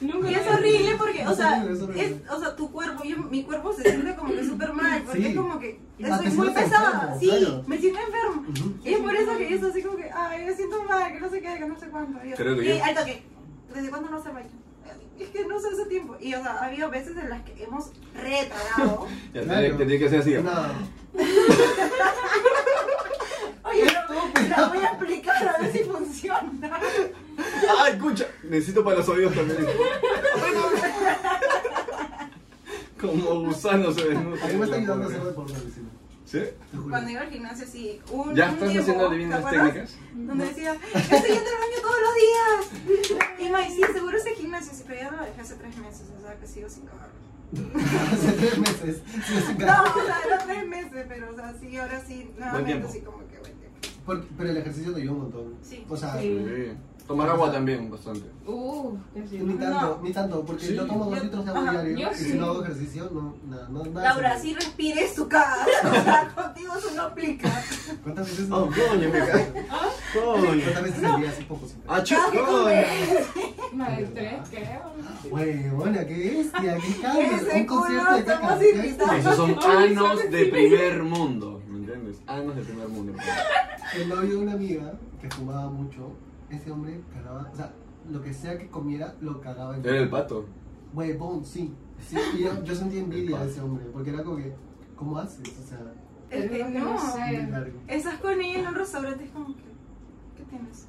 S4: Nunca
S2: Y es
S4: lo-
S2: horrible porque, o
S1: Es
S2: sea,
S1: horrible, es horrible.
S2: es- o sea, tu cuerpo, yo- mi cuerpo se siente como que súper mal, porque
S1: Sí.
S2: es como que
S1: Ah, te
S2: soy muy
S1: sientes
S2: pesada,
S1: enfermo,
S2: sí,
S1: claro.
S2: me siento enfermo.
S1: Ujú.
S2: Y es por eso que yo estoy así como que, ay, me siento mal, que no sé qué, que no sé cuánto. Y, yo,
S3: Creo que
S2: y
S3: yo-
S2: al toque, ¿desde cuándo no se baña? Es que no sé hace tiempo. Y, o sea, ha habido veces en las que hemos retardado.
S3: Ya
S1: Claro.
S3: tenía, tenía que ser así.
S1: Nada.
S2: Oye, la, la voy a aplicar a ver si funciona.
S3: ¡Ay, escucha! Necesito para los oídos también. Como gusano se desnuda.
S1: A mí me está ayudando a hacer de por la vecina.
S3: ¿Sí?
S1: te juro.
S2: Cuando iba al gimnasio, sí. Un,
S3: ¿Ya
S2: un
S3: estás
S2: tiempo,
S3: haciendo
S2: ¿te
S3: adivinas
S2: acuerdas?
S3: técnicas?
S2: Donde decía, estoy yendo al baño todos los días. Y May, sí, seguro ese gimnasio. Sí, pero ya lo dejé hace tres meses, o sea que sigo sin cagar.
S1: Hace tres meses. sí, es un
S2: No,
S1: cacho.
S2: o sea, eran tres meses, pero o sea, sí, ahora sí, nuevamente
S3: tiempo.
S2: así como que buen tiempo.
S1: Porque- Pero el ejercicio te ayuda un montón.
S2: Sí.
S1: O sea,
S4: Sí.
S3: Tomar agua también, bastante.
S4: Uh, que sí.
S1: ni tanto, ni tanto, porque
S3: Sí.
S1: yo tomo dos
S2: Yo-
S1: litros de agua
S2: ajá,
S1: diario
S4: yo
S1: y si
S4: sí.
S1: no hago ejercicio, no, nada, no, nada.
S2: Laura, sí respire su caga. O sea, contigo eso no aplica.
S1: ¿Cuántas veces
S3: Oh,
S1: no?
S3: coño, me cae. Ah,
S1: ¿Cuántas
S3: Coño.
S1: veces al día? Así poco siempre.
S3: Achu,
S2: Cada que
S3: coño.
S2: comes.
S4: Más de tres, creo.
S1: Huevona, qué bestia, qué cambio.
S2: Ese
S1: Un concierto
S2: culo,
S1: de caca.
S2: estamos
S1: ¿qué?
S2: invitados.
S3: Esos son
S4: Ay,
S3: anos
S4: son
S3: de primer mundo. ¿Me entiendes? Anos de primer mundo.
S1: El novio de una amiga que fumaba mucho, ese hombre cagaba, o sea, lo que sea que comiera, lo cagaba en
S3: Era el pato.
S1: Huevón, sí. sí y yo, yo sentí envidia de
S3: pato.
S1: ese hombre, porque era como que, ¿cómo haces? O sea,
S2: Es que no.
S1: muy largo.
S2: Estás con ella en un restaurante, es como que, ¿qué tienes?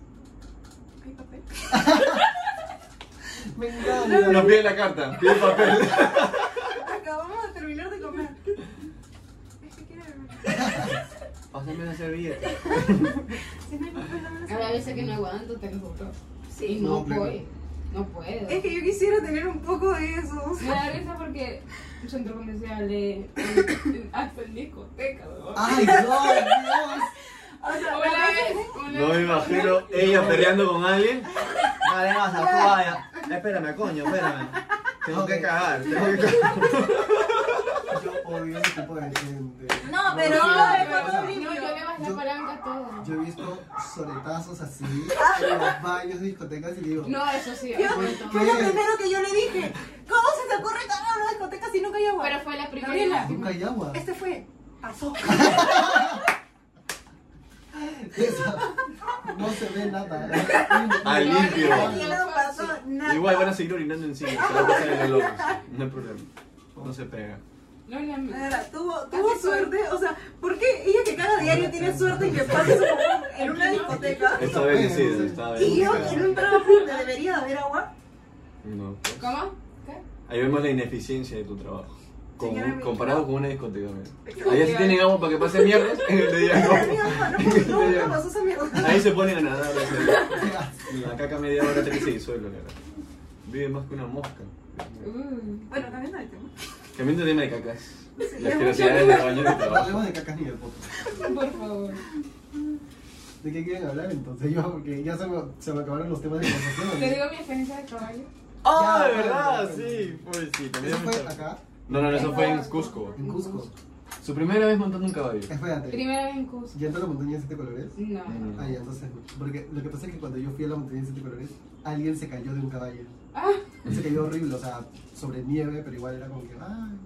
S2: ¿Hay papel?
S1: Me encanta.
S3: Nos pide la carta, pide papel.
S2: Acabamos de terminar de comer. Es que quiero ver.
S3: Pásame la servilleta.
S2: Si no hay papel, dame una
S4: Ahora veces que no aguanto, te lo juro. Y
S2: Sí.
S4: no
S1: No, claro.
S4: voy. No puedo.
S2: Es que yo quisiera tener un poco de eso.
S4: Me da risa porque un centro comercial de. hasta en discoteca, weón.
S1: ¡Ay, Dios, Dios!
S2: O sea,
S4: Una vez, una
S3: No me
S4: vez-
S3: imagino ella perreando con alguien. Dale, vas a vaya. Espérame, coño, espérame. Tengo que cagar, tengo que cagar.
S1: Yo odio ese tipo de gente.
S2: No,
S1: Bueno,
S2: pero
S1: sí,
S4: No,
S2: no de
S1: o sea,
S2: fotos
S4: no, yo le bajé
S1: Yo-
S4: palanca todo.
S1: Yo he visto soletazos así en los baños de discotecas y digo,
S4: No, eso sí, aguanto.
S2: Fue lo primero que yo le dije. ¿Cómo se te ocurre cagar en una discoteca si nunca hay agua?
S4: Pero fue la primera. y
S2: Gabriela.
S4: la última.
S1: nunca hay agua.
S2: Este fue. Pasó.
S1: Esa, no se ve nada. ¿eh?
S3: Ah, limpio.
S2: Aquí no pasó nada.
S3: Igual van a seguir orinando encima, se la pasan en los locos. No hay problema. No se pega.
S4: No, la mía.
S2: Ahora, tuvo, tuvo
S4: Así soy.
S2: suerte, o sea, ¿por qué ella que caga diario tiene suerte y que pase su momento en una discoteca?
S3: Esta vez sí, esta vez.
S2: Y yo en un trabajo donde debería de haber agua,
S3: No.
S4: ¿Cómo? ¿Qué?
S3: Ahí vemos la ineficiencia de tu trabajo. Con-
S2: Señora, mi-
S3: comparado con una discoteca. mira. Allá sí tienen agua para que pase mierdas, en el de ella
S2: Ay, mi
S3: no.
S2: mamá, no, puedo- no, no, pasó esa mierda.
S3: Ahí se ponen a nadar. o sea, La caca media hora hasta que se disuelve, la verdad. Vive más que una mosca.
S4: Uh,
S2: Bueno, cambiando de tema.
S3: Cambiando el tema de cacas.
S2: ya
S3: Las curiosidades de baño de
S1: No
S3: trabajo.
S1: hablemos de cacas ni de potos.
S4: por favor.
S1: ¿De qué quieren hablar entonces? Yo, porque ya se me, se me acabaron los temas de conversación.
S4: Te digo mi experiencia de caballo.
S3: Ah,
S1: Ya,
S3: de verdad,
S1: bueno,
S3: sí. Pues sí,
S1: ¿Eso
S3: también.
S1: fue acá,
S3: No, no, no, eso fue en Cusco.
S1: en Cusco?
S3: Su primera vez montando un caballo.
S1: Espérate,
S4: Primera vez en Cusco.
S1: ¿yendo a la montaña de siete colores?
S4: No.
S3: Mm.
S1: Ah, ya, entonces no. Porque lo que pasa es que cuando yo fui a la montaña de siete colores, alguien se cayó de un caballo.
S4: Ah,
S1: Se cayó horrible, o sea, sobre nieve, pero igual era como que, ay.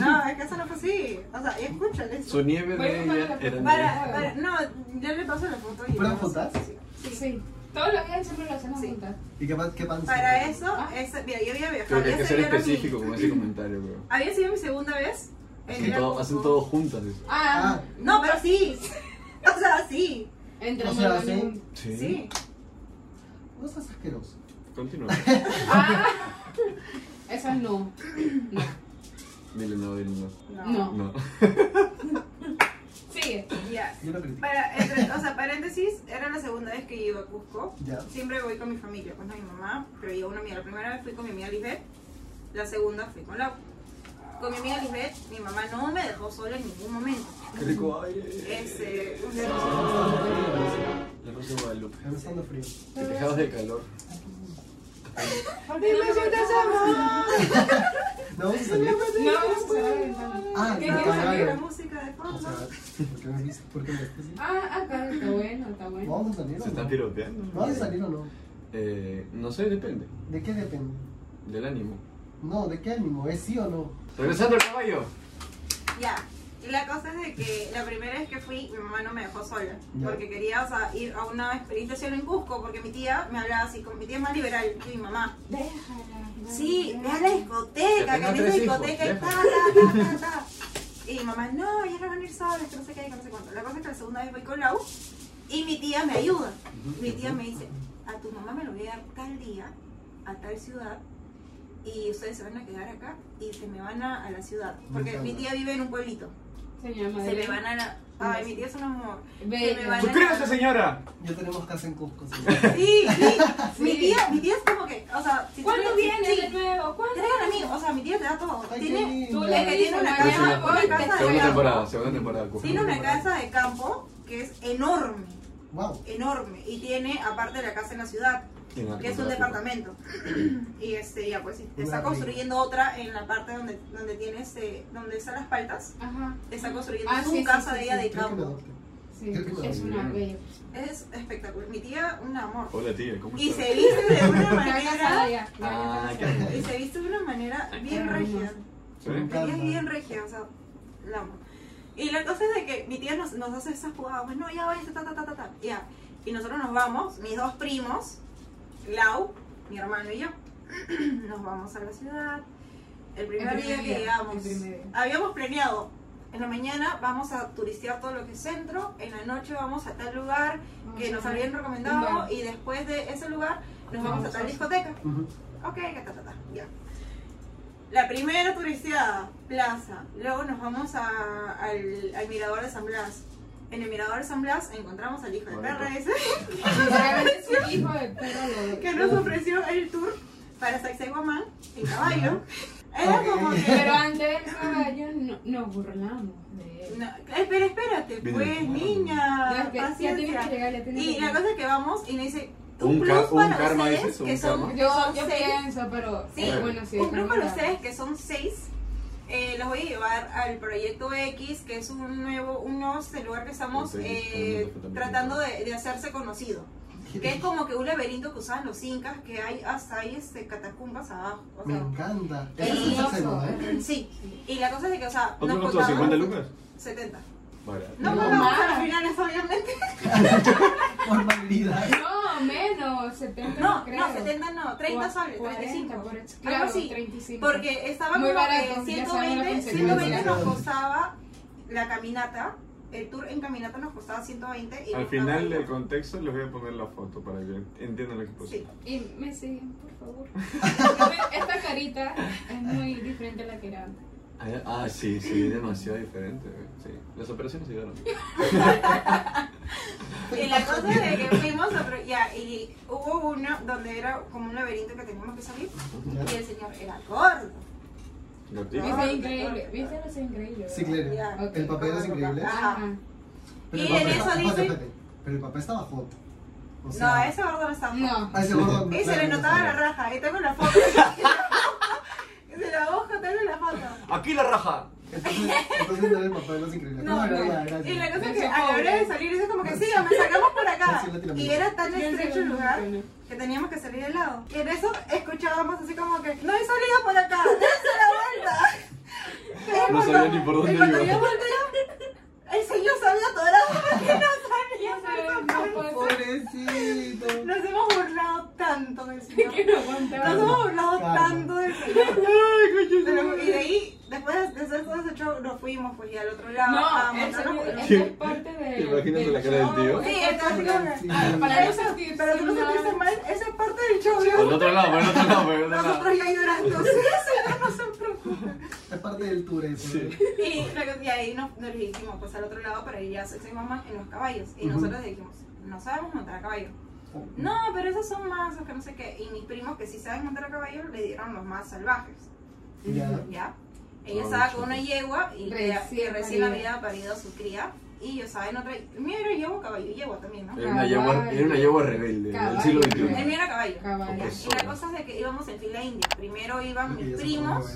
S2: No, es que eso no fue así. O sea, escúchale eso.
S3: Su nieve
S4: Voy a
S3: de
S4: buscar
S3: ella
S4: la
S3: era
S4: foto.
S3: nieve.
S2: Para, para, no, yo le paso la foto y.
S1: ¿Fueron juntas?
S2: Sí.
S4: sí. Todos los días siempre lo hacemos
S2: Sí.
S4: juntas.
S1: ¿Y qué, pa- qué pan?
S2: Para eso, ese- mira, yo había viajado.
S3: Creo que hay que
S2: había
S3: ser
S2: sido mi-
S3: específico con ese comentario, bro.
S2: Había sido mi segunda vez. en
S3: Hacen
S2: ir al
S3: todo,
S2: Cusco.
S3: hacen todo juntas eso.
S4: Ah,
S1: Ah.
S2: No, pero sí. O sea, sí.
S4: entre
S1: O sea,
S4: hermanos.
S1: sí.
S2: Sí.
S1: No seas asqueroso.
S3: Continúa.
S4: Ah, eso es no.
S3: Dile no, dile no.
S2: No.
S4: No.
S3: No.
S4: Sigue.
S2: Ya.
S1: Yo lo critico.
S2: Para, entre- o sea, paréntesis, era la segunda vez que iba a Cusco.
S1: Ya.
S2: Siempre voy con mi familia, con mi mamá, pero yo una amiga. La primera vez fui con mi amiga Lisbeth, la segunda fui con Lau. Con mi amiga Lisbeth, mi mamá no me dejó sola en ningún momento.
S3: Qué rico aire. Ah.
S2: Este,
S1: Ya me está dando frío,
S3: La Rosa de Guadalupe.
S1: ya me está dando frío.
S3: Te quejabas del calor.
S4: Porque no se
S1: No vamos a salir.
S4: No, puedo.
S1: Ah,
S4: ¿Qué
S1: no,
S4: quieres
S1: claro.
S4: salir?
S2: la música de
S1: O
S2: fondo.
S1: sea, ¿por qué me viste? ¿Por qué me viste así?
S4: Ah, acá está bueno, está bueno.
S1: ¿Vamos a salir o
S3: Se están
S1: no?
S3: piroteando.
S1: ¿Vamos a salir o no?
S3: Eh, no sé, depende.
S1: ¿De qué depende?
S3: Del ánimo.
S1: No, ¿de qué ánimo? ¿Es sí o no?
S3: Regresando al caballo.
S2: Ya. Y la cosa es de que la primera vez que fui, mi mamá no me dejó sola.
S1: Ya.
S2: Porque quería, o sea, ir a una experimentación en Cusco, porque mi tía me hablaba así, como mi tía es más liberal que mi mamá.
S4: Déjala.
S2: Sí, ve a la
S3: Que
S2: discoteca, que
S3: tenga
S2: en esa
S3: tres hijos,
S2: discoteca y ta,
S3: deja.
S2: ta, ta, ta, ta. Y mi mamá, no, ya no van a ir solas, que no sé qué, que no sé cuánto. La cosa es que la segunda vez voy con Lau y mi tía me ayuda. Mi tía me dice, a tu mamá me lo voy a dar tal día, a tal ciudad, y ustedes se van a quedar acá y se me van a, a la ciudad. Porque
S1: encanta.
S2: mi tía vive en un pueblito.
S4: Se llama
S2: Se me van a la... Ay, mi tía es un amor. Se me van a-
S3: ¡Suscríbase, señora!
S1: Ya tenemos casa en Cusco. sí.
S2: Sí, sí. Mi
S4: Sí.
S2: tía, mi tía es como que, o sea, si
S4: ¿Cuándo
S2: tú- si-
S4: viene
S2: sí,
S4: de nuevo? ¿Cuándo?
S2: Traigan amigos, o sea, mi tía te da todo.
S1: Ay, qué
S2: Tiene,
S1: lindo.
S2: es que tiene una casa,
S3: Próxima.
S2: una casa de
S3: Segunda temporada,
S2: campo.
S3: segunda temporada. Cusco.
S2: Tiene una casa de campo que es enorme,
S1: Wow.
S2: enorme. Y tiene, aparte la casa en la ciudad,
S3: Tiene una
S2: que es un
S3: temporada.
S2: departamento. Y este, ya pues sí, te está
S1: Una
S2: construyendo otra en la parte donde, donde tienes, eh, donde están las paltas.
S4: Ajá.
S2: Te está construyendo
S4: Ah,
S2: su
S4: sí, sí,
S2: casa
S4: sí,
S2: de
S4: sí.
S2: ella
S1: Creo
S2: de
S1: que me
S2: campo.
S1: adopté.
S4: Sí,
S1: Creo que
S4: es
S1: sí.
S4: una bella.
S2: Es espectacular. Mi tía, un amor.
S3: Hola tía, ¿cómo
S2: Y
S3: estás?
S2: se viste de una
S4: Ya casada
S2: manera,
S4: ya. ya
S3: Ah,
S4: casada.
S3: qué-
S2: y se viste de una manera
S4: Ay,
S2: bien
S4: qué
S2: regia.
S3: ¿Sí?
S1: Me
S2: Mi tía
S1: encanta.
S2: es bien regia, o sea, la amo. Y la cosa es de que mi tía nos, nos hace esas jugadas, pues no, ya vaya, ta, ta, ta, ta, ta, ya. Y nosotros nos vamos, mis dos primos, Lau, mi hermano y yo, nos vamos a la ciudad. El primer,
S4: El primer
S2: día,
S4: día,
S2: que llegamos,
S4: el primer día.
S2: habíamos planeado, en la mañana vamos a turistear todo lo que es centro, en la noche vamos a tal lugar que nos habían
S4: Un
S2: recomendado
S4: bar.
S2: y después de ese lugar nos vamos a tal discoteca.
S1: Ujú.
S2: Ok, ta, ta, ta, ya. La primera turisteada, plaza. Luego nos vamos a- al, al Mirador de San Blas. En el Mirador de San Blas encontramos al hijo de
S3: Bonito.
S2: PRS
S4: Realmente su hijo de perro lo-
S2: que nos ofreció el tour para Sacsayhuamán en caballo. Era
S1: Ok.
S2: como que.
S4: Pero antes del caballo no, nos burlamos de él.
S2: No, eh, pero espérate,
S3: Viene
S2: pues,
S3: el-
S2: niña.
S4: Ya, que- ya
S2: paciencia.
S4: tienes que llegar, ya tienes
S2: Y
S4: que
S2: la
S4: llegar.
S2: cosa es que vamos y nos dice.
S3: Un
S2: Un, plus
S3: ca- un
S2: para
S3: karma,
S2: ustedes
S3: dices, un
S2: que son,
S3: karma.
S4: Yo,
S2: son
S4: yo
S2: seis
S4: pienso, pero eh,
S2: Sí,
S4: bueno, sí.
S2: un grupo de
S4: también
S2: ustedes que son seis, eh, los voy a llevar al proyecto X, que es un nuevo, un nuevo lugar que estamos
S3: Ok,
S2: eh,
S3: está bien,
S2: tratando de, de hacerse conocido. Que es como que un laberinto que usaban los incas, que hay hasta hay este, catacumbas abajo. o
S1: Me
S2: sea,
S1: encanta.
S2: Es
S1: Eso es
S2: hermoso,
S1: Sacsayhuamán, ¿eh?
S2: sí, y la cosa es de que, o sea,
S3: ¿Cuánto
S2: nos
S3: costó?
S2: contamos
S3: ¿50 lucas?
S2: 70.
S3: Vale.
S2: No,
S4: No
S2: no, no,
S4: más.
S2: al final es obviamente.
S1: Formalidad.
S4: No, menos, 70
S2: No,
S4: creo.
S2: no, 70 no, 30 soles, 35.
S4: por eso.
S2: Algo
S4: Claro,
S2: así,
S4: 35.
S2: Porque estaba
S4: Muy
S2: como
S4: barato,
S2: que
S4: ya sabemos la
S2: 120,
S4: consecuencia.
S2: 120 nos costaba la caminata, el tour en caminata nos costaba 120 y
S3: Al
S2: nos
S3: final del
S2: pagaba-
S3: contexto les voy a poner la foto para que entiendan lo que pasó.
S2: Sí.
S4: Y me siguen, por favor. Esta carita es muy diferente a la que era antes.
S3: Ah, ya- Ah, sí, sí, demasiado diferente. eh. Sí. Las operaciones ayudaron.
S2: Y la cosa es de que fuimos, a pro- ya, y hubo uno donde era como un laberinto que teníamos que salir y el señor era gordo.
S3: Gatito.
S4: Viste, increíble. Viste, lo increíble. ¿verdad?
S1: Sí, claro.
S2: Ya.
S1: El papel es increíble.
S4: Ajá.
S1: Pero
S2: Y
S1: el papel
S2: en Ah, eso
S1: está-
S2: dice-
S1: espérate, espérate. Pero el papel estaba hot. O
S2: No,
S1: sea,
S2: ese gordo no estaba.
S4: No.
S1: a ese gordo.
S2: Y se le
S1: claro,
S2: notaba
S1: no
S2: la
S1: estaba.
S2: raja, ahí tengo la foto. Se la busco, tengo la foto.
S3: ¡Aquí la raja!
S1: Entonces, entonces no era el papel es increíble.
S2: No,
S1: era
S4: no.
S1: ya, era
S2: Y la cosa es
S4: Eso
S2: que a la
S4: pobre.
S2: hora de salir, dice como que sí, me sacamos por acá.
S1: Así en
S2: Y
S1: Latinoamérica.
S2: era tan
S4: Sí, en
S2: estrecho el lugar
S4: Latinoamérica.
S2: que teníamos que salir de lado. Y en eso escuchábamos así como que, no he salido por acá, dense la vuelta.
S3: No sabía ni por dónde
S2: Y cuando
S3: iba.
S2: yo volteo, el señor se había atorado porque no salía.
S4: Ya sabes, no puede ser.
S1: Pobre pobrecito.
S2: Nos hemos burlado tanto del señor.
S4: Que no aguantaba.
S2: Nos hemos burlado
S1: Claro.
S2: tanto del señor. Pero, y de ahí, después de hacer todo ese show, nos fuimos pues, y al otro lado.
S4: No,
S2: vamos,
S4: eso
S2: no, no.
S4: eso es parte de.
S3: ¿Te imaginas
S4: del
S3: la cara del tío?
S4: show.
S2: Sí, está así como-
S1: Sí.
S4: Ah, Para no sentirse
S2: Pero tú no
S4: mal.
S2: sentiste mal, esa es parte del show.
S3: Por el
S2: ¿no?
S3: otro lado, por el otro lado, por el otro lado.
S2: Nosotros ya llorando. Sí, señor, no se preocupe.
S1: Es parte del eh, Tourette.
S3: Sí.
S2: Y luego de ahí nos, nos dijimos, pues al otro lado, pero ahí ya se mamá en los caballos. Y
S1: Ujú.
S2: nosotros dijimos, no sabemos montar a caballo.
S1: oh,
S2: No, pero esos son mazos que no sé qué. Y mis primos que sí saben montar a caballo le dieron los más salvajes.
S1: Ya.
S2: ¿Ya? Ella
S3: Ah,
S2: estaba
S3: chuta.
S2: con una yegua y
S4: Recién
S2: que- que recién la
S4: parida.
S2: había parido a su cría. Y yo estaba en otra. El mío era yegua, caballo y yegua también, ¿no?
S3: Era una yegua, era una yegua rebelde del siglo
S2: El
S3: XXI.
S2: mío era caballo.
S4: Caballo.
S2: Ya, Y la cosa es de que íbamos en fila india. Primero iban mis primos.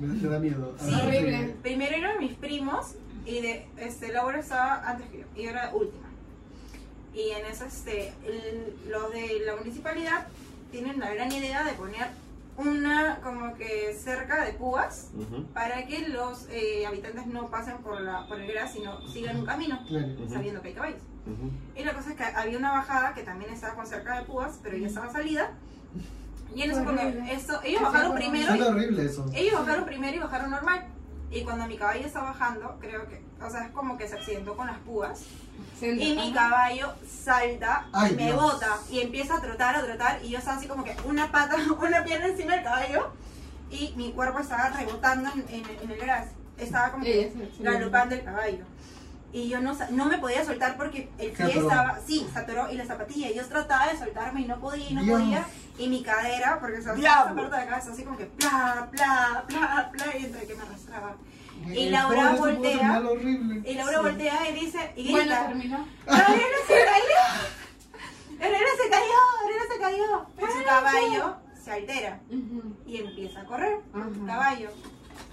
S1: Me te da miedo.
S2: Sí.
S1: Ahora
S4: Horrible.
S2: Primero eran mis primos y de este Laura estaba antes que yo y yo era última. Y en eso este el- los de la municipalidad tienen la gran idea de poner una como que cerca de púas
S3: Ujú.
S2: para que los eh, habitantes no pasen por la por el gras sino sigan un camino
S1: Claro.
S3: Ujú.
S2: sabiendo que hay caballos.
S3: Ujú.
S2: Y la cosa es que había una bajada que también estaba con cerca de púas, pero ya estaba salida. Y en eso cuando
S4: Horrible.
S2: eso ellos bajaron
S4: Qué
S2: primero y
S1: Suena horrible eso.
S2: ellos bajaron primero y bajaron normal. Y cuando mi caballo está bajando, creo que, o sea, es como que se accidentó con las púas.
S4: Senta-
S2: Y mi
S4: Ajá.
S2: caballo salta,
S1: Ay,
S2: me
S1: Dios.
S2: bota y empieza a trotar, a trotar. Y yo estaba así como que una pata, una pierna encima del caballo. Y mi cuerpo estaba rebotando en, en- en el gras. Estaba como que
S4: Ella se- se-
S2: galopando el caballo. Y yo no, sa- no me podía soltar porque el
S1: Se
S2: pie
S1: atoró.
S2: estaba, sí, se atoró y la zapatilla. Yo trataba de soltarme y no podía, y no
S1: Dios.
S2: podía. Y mi cadera, porque se esa
S3: Diablo.
S2: parte de acá, es así como que pla, pla, pla, pla, y entre que me arrastraba.
S1: Güey,
S2: y Laura
S1: todo eso puede
S2: voltea.
S1: sonar horrible.
S2: Y Laura voltea y dice, y
S4: Bueno,
S2: grita,
S4: terminó.
S2: ¡Ariana se cayó! ¡Ariana se cayó! ¡Ariana se cayó! Y su caballo se altera
S4: Ujú.
S2: y empieza a correr,
S4: Ajá.
S2: su caballo.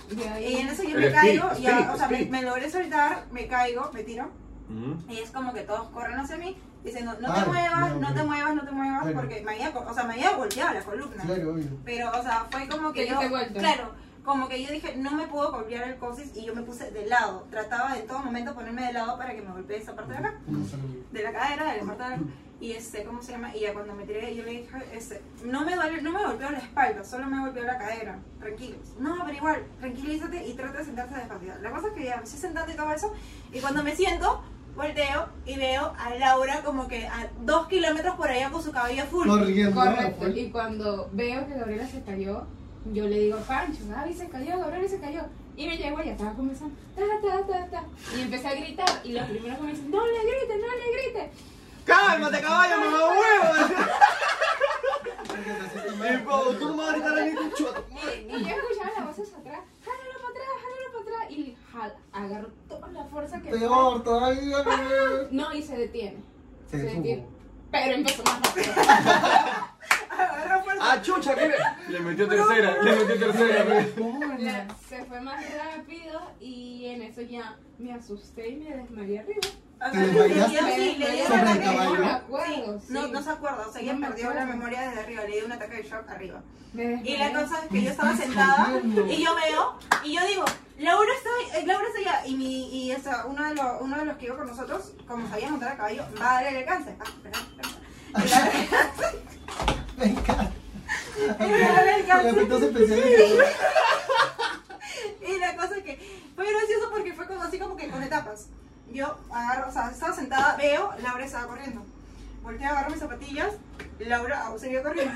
S4: De ahí-
S2: Y en eso yo
S3: El
S2: me
S3: speed,
S2: caigo, y,
S3: speed,
S2: o sea, me,
S3: speed.
S2: me logré soltar, me caigo, me tiro.
S3: Ujú.
S2: Y es como que todos corren hacia mí, diciendo, no te
S1: Ay,
S2: muevas,
S1: no,
S2: no te
S1: no.
S2: muevas, no te muevas,
S1: Bueno.
S2: porque me había, co- o sea, me había golpeado la columna.
S1: Claro, obvio.
S2: Pero, o sea, fue como que
S4: Te
S2: yo.
S4: diste vuelta.
S2: Claro, como que yo dije, no me puedo golpear el coxis y yo me puse de lado. Trataba de en todo momento ponerme de lado para que me golpee esa parte de acá,
S1: No suena horrible.
S2: de la cadera, de la parte de acá. Y este, ¿cómo se llama? Y ya cuando me tiré, yo le dije, este, no me duele, no me golpeó la espalda, solo me golpeó la cadera. Tranquilos. No, pero igual, tranquilízate y trata de sentarse despacio. La cosa es que ya me estoy sentando y todo eso. Y cuando me siento, volteo y veo a Laura como que a dos kilómetros por allá con su cabello full.
S1: Corriendo.
S4: Correcto.
S1: pues.
S4: Y cuando veo que Gabriela se cayó, yo le digo a Pancho, Gaby se cayó, Gabriela se cayó. Y me llegó y estaba comenzando, ta, ta, ta, ta. Y empecé a gritar. Y los primeros que me dicen, no le grite, no le grite.
S3: ¡Cálmate, caballo, mamá huevo! Y po, Tú no me vas a gritar a mí, concho.
S4: Y, y yo escuchaba las voces atrás, jálalo para atrás, jálalo para atrás. Y jala, agarro toda la fuerza que puedo.
S1: Peor todavía. güey.
S4: No, y se detiene.
S1: Se detuvo.
S4: Pero empezó más rápido.
S2: Agarra fuerza.
S3: ¡Ah, chucha! ¿qué le- Le metió tercera, le metió tercera, güey.
S4: La- se fue más rápido y en eso ya me asusté y me desmayé arriba.
S1: ah,
S2: O sea,
S1: ¿Te
S2: le
S1: desmayaste?
S2: dio- sí, le dio un
S1: Sobre el
S2: ataque de
S1: caballo.
S2: shock.
S4: Me acuerdo,
S2: Sí, No,
S4: sí.
S2: no se acuerda, o sea, ella
S4: No me
S2: perdió la
S4: acuerdo.
S2: memoria desde arriba, le dio un ataque de shock arriba.
S4: Me
S2: Y
S4: desmayé.
S2: la cosa es que yo estaba sentada y yo veo y yo digo, Laura está, eh, Laura está allá. Y, mi, y o sea, uno, de los, uno de los que iba con nosotros, como sabía montar a caballo, va a darle el alcance. Ah, perdón, perdón. Le da el alcance.
S1: Me encanta.
S2: Le da el
S1: Con
S2: alcance.
S1: efectos especiales.
S2: Y la cosa es que fue gracioso porque fue como así como que con etapas. Yo agarro, o sea, estaba sentada, veo, Laura estaba corriendo. Volteo, agarro mis zapatillas, Laura aún seguía corriendo.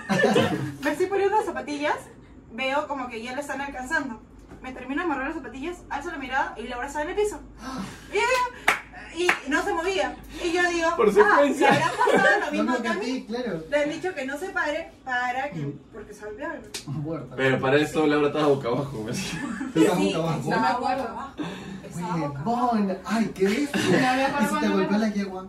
S2: Me estoy poniendo las zapatillas, veo como que ya la están alcanzando. Me termino de amarrar las zapatillas, alzo la mirada y Laura está en el piso. Y, y no se movía. Y yo digo,
S3: Por secuencia.
S2: ah, le habrá pasado lo
S1: Lo
S2: mismo
S1: mismo
S2: que
S1: que
S2: a
S1: a
S2: mí.
S1: ti, claro.
S2: Le han dicho que no se pare para que, porque se volvió algo.
S1: Muerta.
S3: Pero para eso Laura estaba boca abajo, güey.
S1: Estás boca abajo.
S4: está-
S2: Estaba boca abajo. Estaba boca abajo.
S1: Huevón. Ay, qué
S4: No me
S1: bestia.
S4: acuerdo
S1: ¿Y si te
S4: cuándo me-
S1: golpeó la yegua?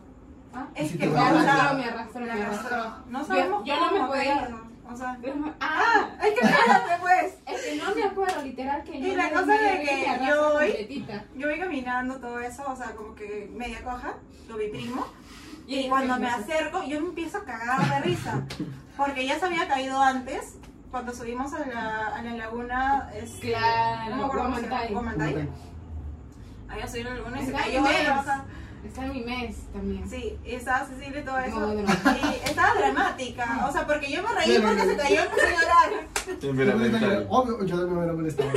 S4: Ah,
S2: Es
S1: Si
S2: que
S1: te
S2: me
S1: va a
S2: arrastró,
S1: arrastrar.
S2: me arrastró, me
S4: Me
S2: arrastró.
S4: arrastró.
S2: No sabemos
S4: Yo- yo no
S2: cómo,
S4: me podía.
S2: pero, O sea,
S4: desma-
S2: ah,
S4: ah,
S2: es que espérate, pues.
S4: es que no me acuerdo, literal, que yo.
S2: Y la
S4: me
S2: cosa
S4: desmayé
S2: de
S4: y
S2: que
S4: me arrastra
S2: yo hoy-
S4: completita.
S2: Yo voy caminando todo eso, o sea, como que media coja, lo vi primo.
S4: Y
S2: Y cuando me
S4: hace
S2: acerco, yo me empiezo a cagar de risa. Porque ya se había caído antes, cuando subimos a la, a la laguna. este,
S4: Claro,
S2: no me acuerdo cómo se llama,
S4: Guamantay.
S2: Guamantay. Había subido a la laguna y se
S4: Está
S2: cayó.
S4: inmenso.
S2: o sea,
S4: Está en mi mes también.
S2: Sí, y estaba sensible y todo eso.
S4: No, no.
S2: Y estaba dramática. O sea, porque yo me reí
S1: No, no,
S2: porque
S1: no.
S2: se cayó el señor.
S3: Temperamental.
S1: Obvio, yo también me hubiera molestado.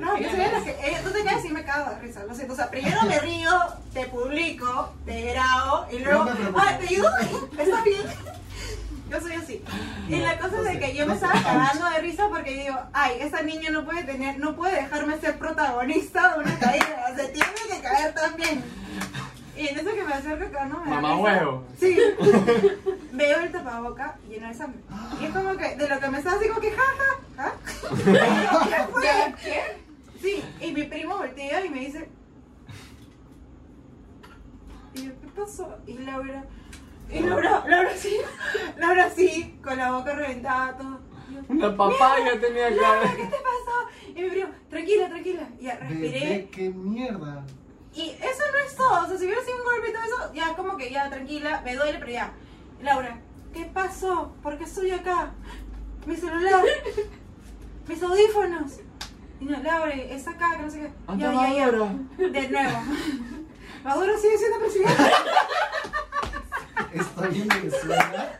S2: No, yo soy de las que. eh, tú te caes y me cago de risa, lo siento. O sea, primero me río, te publico, te grabo y luego.
S1: No me preocupes.
S2: ¡Ay, te ayudo! ¿Está bien? Yo soy así. Y la cosa
S1: no
S2: es de
S1: sé,
S2: que yo
S1: no
S2: me
S1: sé.
S2: estaba cagando de risa porque digo, ay, esta niña no puede tener, no puede dejarme ser protagonista de una caída. O sea, tiene que caer también. Y en eso que me acerco acá, no me da
S3: Mamá
S2: risa.
S3: huevo.
S2: Sí. Veo el tapaboca lleno de sangre. Y es como que, de lo que me estaba así como que, jaja, ja, ja. ¿Qué fue?
S4: ¿Ya qué?
S2: Sí, y mi primo voltea y me dice. Y yo, ¿qué pasó? Y Laura. Y Laura, Laura sí. Laura sí, con la boca reventada, todo. Y yo,
S3: Una papaya tenía
S2: Laura, ¿qué
S3: acá.
S2: te pasó? Y mi primo, tranquila, tranquila. Y Ya
S1: Bebé,
S2: respiré.
S1: qué mierda.
S2: Y eso no es todo. O sea, si hubiera sido un golpe y todo eso, ya como que ya tranquila, me duele, pero ya. Laura, ¿qué pasó? ¿Por qué estoy acá? Mi celular, mis audífonos. Y no, Laura, está acá, que no sé qué.
S3: Anda, Maduro.
S2: De nuevo. Maduro sigue siendo presidente.
S1: Estoy en Venezuela.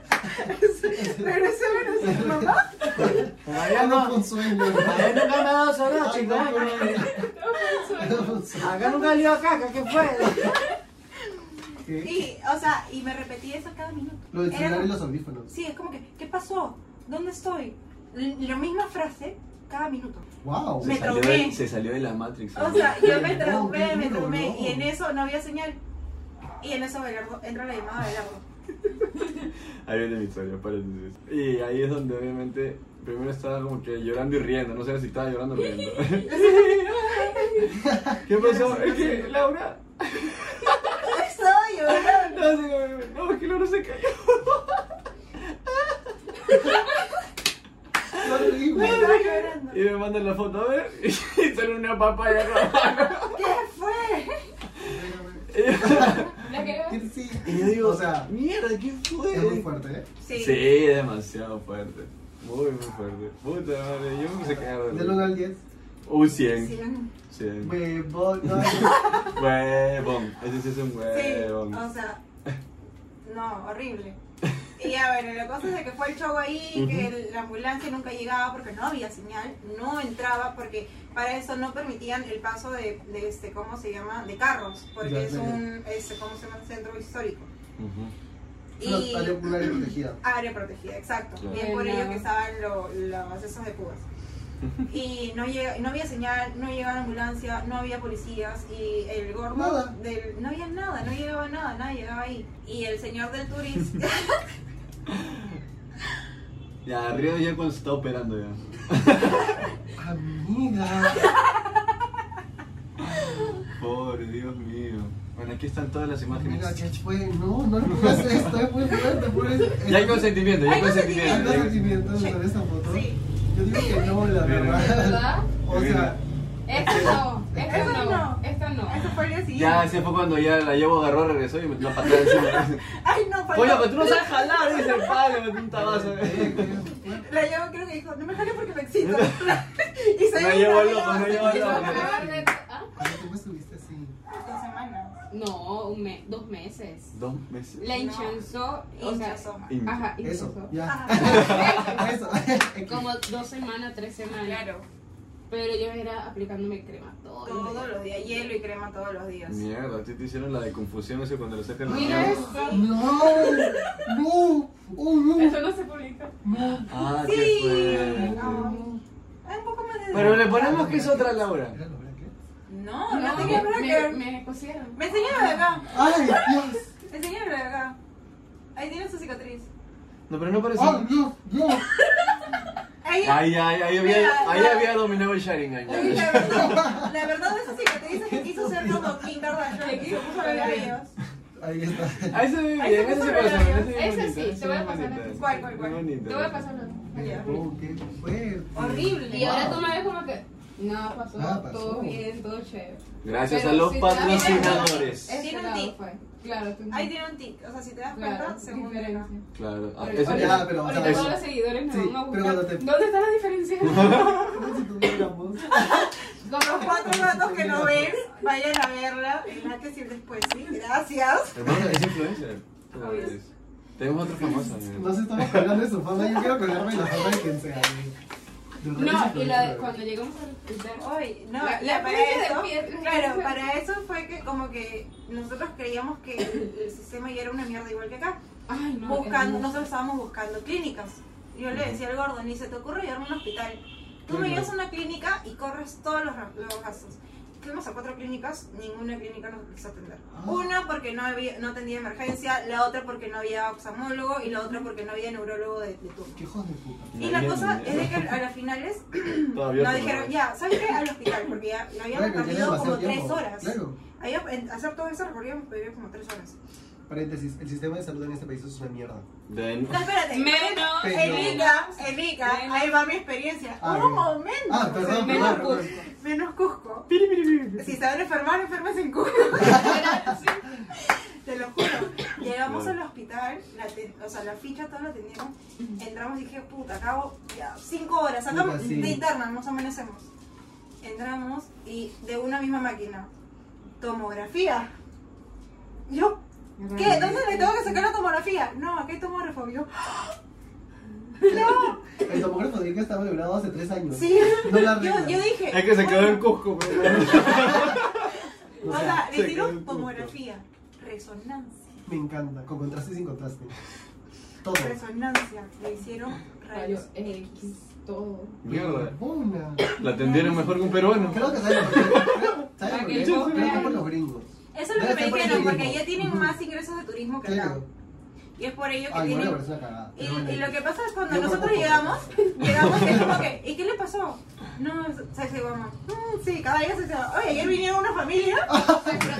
S2: Regresé a Venezuela, mamá.
S3: Allá
S1: Ya no fue
S3: no.
S1: un sueño.
S3: Allá
S1: ¿verdad?
S3: nunca me ha dado solo,
S1: Ay,
S3: chicos.
S1: no fue-
S4: No, pues, soy-
S1: no fue un sueño.
S3: Acá nunca lió acá, ¿qué fue?
S1: ¿Qué?
S2: Y, o sea, y me repetí eso cada minuto.
S1: Lo del
S2: Era
S1: celular y
S2: como-
S1: los audífonos.
S2: Sí, es como que, ¿qué pasó? ¿Dónde estoy? L- La misma frase cada minuto.
S1: Wow.
S2: Me
S3: salió
S2: traumé.
S3: de- se salió de la Matrix.
S2: O sea, yo me
S1: No,
S2: traumé,
S1: qué
S2: me
S1: duro,
S2: traumé.
S1: no.
S2: Y en eso no había señal. Y en eso Belardo, entra la llamada de Belardo.
S3: Ahí viene mi historia, paréntesis. Y ahí es donde obviamente primero estaba como que llorando y riendo, no sé si estaba llorando o riendo. ¿Qué pasó? Es que Laura,
S2: Estoy llorando.
S3: no, así como, no, es que Laura se cayó.
S1: Qué horrible.
S2: Estaba llorando.
S3: Y me mandan la foto a ver y sale una papaya acá.
S2: ¿Qué fue?
S4: la que-
S1: ¿Qué sí?
S3: Y yo digo,
S1: o sea,
S3: mierda, ¿qué fue?
S1: es muy fuerte, ¿eh?
S2: Sí.
S3: Sí, demasiado fuerte. Muy, muy fuerte. Puta madre, yo me puse a cagar de
S1: Del 1
S3: risa. Uh,
S1: al 10.
S3: Un 100.
S2: Sí.
S3: 100.
S1: Bebo, no,
S3: Huevón. Ese sí Ah. es un
S2: Sí,
S3: huevón.
S2: o sea, no, horrible. Y ya bueno, la cosa es de que fue el show ahí, que el- la ambulancia nunca llegaba porque no había señal, no entraba porque para eso no permitían el paso de, de este, ¿cómo se llama? De carros, porque
S1: Ya
S2: es
S1: sé.
S2: un, este, ¿cómo se llama? Centro histórico.
S3: Ujú.
S1: no,
S2: Y
S1: salió una área protegida.
S2: área protegida, exacto.
S3: Claro.
S2: Y es por ello
S4: Claro.
S2: que estaban lo- los esos de Cuba. Y no, llega, no había señal, no llegaba ambulancia, no había policías y el gordo
S1: Nada.
S2: del no había nada, no llegaba nada, nada llegaba ahí. Y el señor del turismo
S3: Ya, Río ya cuando se está operando ya.
S1: Amiga.
S3: Pobre, Dios mío. Bueno, aquí están todas las
S1: Amiga,
S3: imágenes.
S1: ¿qué fue? No, no no hagas esto, es muy fuerte. por eso-
S3: Ya hay consentimiento, ya hay
S2: Hay
S3: consentimiento.
S1: ¿Tantos
S3: ya hay
S1: sentimientos
S2: Sí.
S1: en esa foto?
S2: Sí.
S1: Yo digo que no, la
S3: Mira.
S1: verdad.
S4: ¿Verdad?
S1: O sea,
S4: Esto no, esto
S2: Eso
S4: no,
S2: no.
S4: esto no.
S2: Eso fue el día siguiente.
S3: Ya, ese fue cuando ya la llevo agarró, regresó y me la patada encima.
S2: Ay, no, faltó.
S3: Oye, pero tú no sabes jalar, dice el padre, me un tabazo.
S1: eh, eh,
S2: La llevo, creo que dijo, no me jale porque me excito. y se
S3: No
S2: ve
S3: llevo
S2: una
S3: loco, no
S2: vela,
S3: llevo
S2: se ve
S3: loco.
S2: una vela.
S4: ¿Ah?
S1: ¿Cuánto tiempo estuviste así?
S2: Dos semanas.
S4: No, un mes, dos meses.
S3: Dos meses.
S4: La
S2: No.
S4: hinchazó, o sea,
S2: Hinchazón.
S3: Hincha.
S4: ajá,
S1: Eso,
S4: hinchazó.
S1: ya.
S2: Ah.
S1: Eso.
S4: Como dos semanas, tres semanas.
S2: Claro.
S4: Pero yo era aplicándome crema todo. el
S2: Todos
S4: día.
S2: los días, hielo y crema todos los días.
S3: Mierda, a ti te hicieron la de confusión eso cuando le sacan la
S4: Mira
S3: mierda.
S4: esto.
S1: No, no, oh, no,
S4: Eso no se publica.
S1: no.
S3: Ah,
S2: Sí.
S3: qué fue.
S2: Ay. Ay, un poco más de
S3: Pero le ponemos que es otra Laura.
S1: Mira, Laura, ¿qué?
S2: No, no, tenía
S4: me,
S2: nada que
S4: me,
S2: ver.
S4: me cosieron.
S2: Me enseñaron de acá.
S1: Ay, Dios.
S2: Enseñaron de acá. Ahí tiene su cicatriz.
S3: No, pero no parece.
S1: Oh, no, no.
S2: Ahí.
S3: Ay, ay, ahí había, ahí había dominado el Sharingan.
S2: Oye,
S3: ya.
S2: la verdad, la verdad de esa cicatriz es que quiso ser como Kim Kardashian, que se puso labios.
S1: Ahí está.
S3: Ahí se ve bien,
S2: Ahí se
S3: ese
S2: puso
S3: sí
S2: la
S3: pasa,
S2: labios.
S4: Ese
S3: ese
S4: sí, te voy a pasar la-
S3: es bonito, ese es bonito.
S2: ¿Cuál, cuál, cuál?
S3: Muy bonito.
S4: Te voy a pasar los.
S2: Ya.
S1: Oh, qué fuerte.
S2: Horrible.
S4: Y ahora
S1: Wow.
S4: tú me ves como que. Nada pasó,
S1: Nada pasó.
S4: todo bien, todo chévere.
S3: Gracias
S4: Pero
S3: a los
S4: si te das cuenta,
S3: patrocinadores.
S4: ese
S2: Tiene un
S4: lado
S2: tic.
S4: fue. Claro, tú-
S2: Ahí tiene un tic, o sea, si te das
S4: claro,
S2: cuenta, según
S4: diferencia.
S2: acá.
S3: Claro, ah,
S4: Pero
S3: eso
S1: Ya,
S4: ahorita-
S3: ya.
S1: pero, o sea,
S4: ahorita
S3: eso-
S4: todos los seguidores nos
S1: sí,
S4: van a
S1: pero
S4: buscar.
S1: cuando te-
S4: ¿Dónde está la diferencia?
S1: No sé si tú me grabas.
S4: Con los
S2: Los cuatro gatos que no ven, vayan a verla. Verá que sí después, sí. Gracias.
S3: Hermano, es influencer. Tú
S2: Obvio.
S3: eres. Tenemos otro famoso. mira.
S1: No se estamos colgando de su fama, yo quiero colgarme de la fama de quien sea. de- de
S4: No,
S1: Rebeca
S4: y la de-
S1: Solís,
S4: cuando llegamos al oh, hospital.
S2: Hoy, no,
S4: La-
S2: y
S4: la
S2: para
S4: puse de
S2: eso,
S4: pie.
S2: claro, para eso fue que como que nosotros creíamos que el, el sistema ya era una mierda igual que acá.
S4: Ay, no.
S2: Buscando,
S4: hermoso.
S2: nosotros estábamos buscando clínicas. Yo le decía al gordo, ni se te ocurre llevarme al hospital. Tú me
S1: Claro.
S2: llevas a una clínica y corres todos los, ra- los gastos. Fuimos a cuatro clínicas, ninguna clínica nos quiso atender.
S1: Ah.
S2: Una porque no había, no atendía emergencia, la otra porque no había oftalmólogo y la otra porque no había neurólogo de, de turno.
S1: Qué hijos de puta.
S2: Y la
S3: Bien,
S2: cosa
S3: bien.
S2: es de que a las finales
S3: Todavía
S2: nos
S3: no.
S2: dijeron, ya, ¿sabes qué? Al hospital, porque ya lo habíamos
S1: Claro, tiene
S2: perdido como
S1: demasiado
S2: tres
S1: tiempo.
S2: horas.
S1: Claro.
S2: Había- en hacer todo eso recorrido hemos perdido como tres horas.
S1: Paréntesis, el sistema de salud en este país es una mierda.
S3: De-
S2: No, espérate.
S4: Menos.
S2: En Ica, en Ica,
S4: Menos.
S2: ahí va mi experiencia. Oh,
S1: Ah,
S2: Un
S1: bien.
S2: momento.
S1: Ah, perdón,
S4: Menos
S1: perdón, perdón.
S2: Menos Cusco. Si se van a enfermar, enfermas en Cusco. Te lo juro. Llegamos
S3: Claro.
S2: al hospital, la te- o sea, la ficha toda la atendieron. Entramos y dije, puta, acabo ya, cinco horas, sacamos
S1: Puta, sí.
S2: de interna, nos amanecemos. Entramos y de una misma máquina, tomografía. Yo, ¿qué? ¿Dónde le tengo que sacar la tomografía? No, aquí hay tomógrafo. Yo, no,
S1: El tomógrafo de Ica estaba librado hace tres años.
S2: sí.
S1: No la
S2: yo,
S1: arreglan.
S2: yo dije.
S3: Es que se quedó en
S2: bueno,
S3: Cusco, pero.
S2: O
S3: se
S2: sea, le
S3: quedó en
S2: dieron
S3: Cusco.
S2: tomografía, resonancia.
S1: Me encanta, con contraste y sin contraste. Todo.
S2: resonancia, le hicieron rayos
S4: Rayos
S2: X.
S4: X, todo.
S3: Mierda.
S1: Huevona.
S3: La atendieron mejor que un peruano.
S1: Creo que saben por qué. ¿Saben por
S4: Para
S1: qué?
S4: que
S1: Creo
S4: no
S1: que
S4: vean.
S1: por los gringos.
S2: Eso es lo
S1: Debe
S2: que me
S1: ser por
S2: dijeron,
S1: el
S2: porque
S1: turismo.
S2: ya tienen
S1: Ujú.
S2: más ingresos de turismo que acá.
S1: Claro. Ah,
S2: Y es por ello que
S1: Ay, igual me
S2: tienen.
S1: parece una cagada.
S2: Y,
S1: pero bueno.
S2: y lo que pasa es cuando
S1: Yo
S2: nosotros
S1: conozco
S2: llegamos, llegamos y es como que, ¿y qué le pasó? No, se se mamá. Mm, sí, cada día se se Oye, ayer vinieron una familia,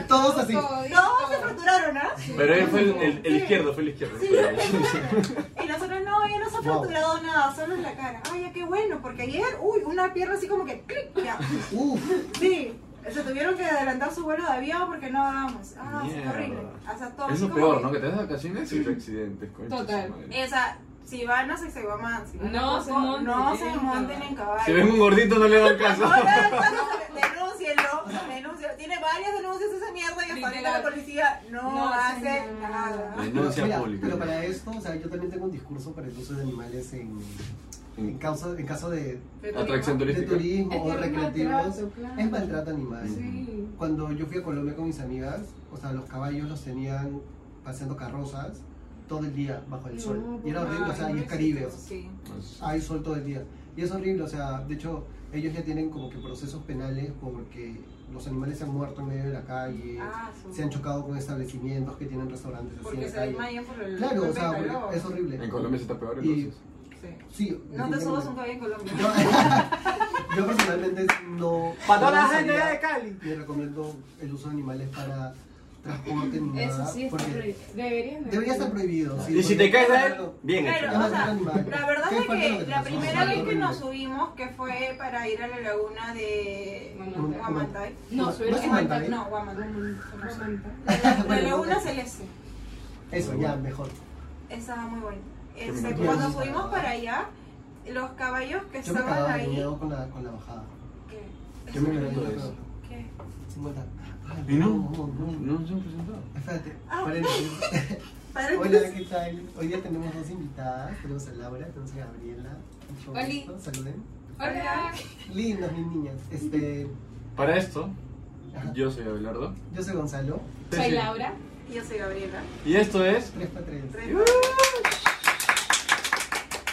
S1: Todos así.
S2: todos se fracturaron, ¿ah?
S3: Pero él fue el, el- el izquierdo, fue el izquierdo.
S2: Sí,
S3: fue el-
S2: y nosotros no, ya no se ha
S1: Wow.
S2: fracturado nada, solo en la cara. Ay, ya qué bueno, porque ayer, uy, una pierna así como que clic, ya.
S1: Uf,
S2: Sí, se tuvieron que adelantar su vuelo de avión porque no dábamos. Ah, sí,
S3: Mierda.
S2: horrible. O sea, todo
S3: Eso es
S2: como
S3: peor,
S2: que-
S3: ¿no? Que te das vacaciones y te accidentes, coño.
S4: Total.
S2: O sea, si van a Sexeguamán, si van a
S4: No
S2: Cusco,
S4: se monten
S2: no
S4: en
S2: se
S4: caballo.
S2: monten en caballo.
S3: Si ven un gordito, no le hagan caso.
S2: Ahora, entonces, denúncienlo, denúncienlo. Tiene varias denuncias esa mierda y hasta ahorita la policía no,
S4: No hace
S2: hace
S4: nada.
S2: nada.
S1: pero,
S3: Denuncia
S1: mira,
S3: pública.
S1: pero para esto, o sea, yo también tengo un discurso para el uso de animales en, en, causa, en caso de,
S3: Atracción
S1: de
S3: turística.
S1: turismo
S4: Es que
S1: o
S4: es
S1: recreativos.
S4: maltrato, claro.
S1: Es maltrato animal.
S4: Sí.
S1: Cuando yo fui a Colombia con mis amigas, o sea, los caballos los tenían paseando carrozas todo el día bajo el
S4: No,
S1: sol. Y era horrible, o sea, y es
S2: Ay,
S1: Caribe.
S2: Sí.
S1: hay sol todo el día. Y es horrible, o sea, de hecho, ellos ya tienen como que procesos penales porque los animales se han muerto en medio de la calle,
S2: Ah, su-
S1: se han chocado con establecimientos que tienen restaurantes así en
S2: Porque
S1: la
S2: se
S1: calle.
S2: desmayan por el
S1: Claro,
S2: golpe
S1: o sea,
S2: de
S1: porque
S2: calor.
S1: es horrible.
S3: En Colombia se está peor,
S1: Y-
S3: entonces.
S2: Sí.
S1: Sí,
S2: No te subas
S1: definitivamente.
S2: un caballo en Colombia.
S1: yo, yo personalmente no. no usaría
S3: Cali.
S1: Ni recomiendo el uso de animales para transporte ni
S4: Eso
S1: nada.
S4: sí está
S1: porque
S4: prohibido. Deberían. de-
S1: debería estar prohibido. sí,
S3: Y si te
S1: porque-
S3: caes a él, bien hecho.
S2: Claro, o sea,
S1: Animal.
S2: la verdad
S1: Qué
S2: es
S1: fuerte lo
S2: que
S1: que te
S2: la
S1: pasó,
S2: primera
S1: fue
S2: vez que
S1: horrible.
S2: nos subimos, que fue para ir a la laguna de
S4: Guamantay.
S2: Guamantay.
S4: No, subir
S1: No ¿eh?
S4: a
S1: es
S4: Guamantay.
S2: No, Guamantay.
S4: Guamantay.
S2: La
S1: Bueno,
S2: laguna
S1: bueno.
S2: celeste.
S1: Eso, ya, mejor.
S2: Estaba muy buena. Este,
S3: bonito.
S2: cuando
S1: Bien.
S2: subimos para allá, los caballos que
S1: Yo me
S2: estaban
S1: cagaba de
S2: ahí.
S1: miedo con la, con la bajada.
S2: ¿Qué?
S3: Yo me acuerdo de eso.
S2: ¿Qué?
S1: Se muera. Ay,
S3: ¿Y no?
S1: No, no,
S3: No se han presentado.
S1: Espérate.
S2: Ah.
S1: paréntesis.
S2: Para
S1: Hola, ¿qué tal? Hoy día tenemos dos invitadas. Tenemos a Laura, tenemos a Gabriela. Mucho
S4: Oli.
S1: gusto, Saluden.
S4: Hola.
S1: Lindas, mis niñas. Este,
S3: Para esto,
S1: ajá.
S3: yo soy Abelardo.
S1: yo soy Gonzalo.
S4: Soy Laura.
S2: Yo soy Gabriela.
S3: Y esto es.
S1: 3 para 3.
S2: Tres.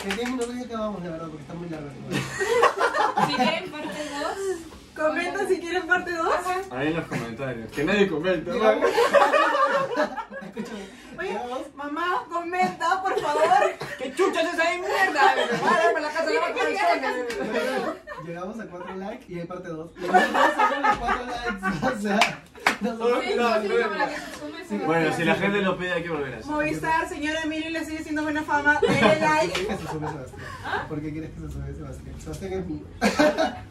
S1: En 10 minutos ya acabamos, la verdad, porque está muy largo.
S4: Si quieren parte 2.
S2: Comenta si quieren parte 2.
S3: Ahí en los comentarios. Que nadie comenta, ¿no?
S1: Escúchame.
S2: Oye,
S1: Digamos,
S2: mamá, comenta, por favor.
S3: ¿Qué chuchas es ahí, mierda? Para la casa de la
S1: Llegamos a 4 likes y hay parte 2. Y nosotros somos los 4 likes. O sea, nosotros.
S3: No, no, no.
S4: no.
S3: Bueno, si la gente lo pide, hay que volver a hacer.
S2: Movistar, señora Emilio, le sigue siendo buena fama. Denle
S1: ¿Por qué
S2: like.
S1: quieres que se sube Sebastián? ¿Por qué quieres que se sube Sebastián? Sebastián es mío.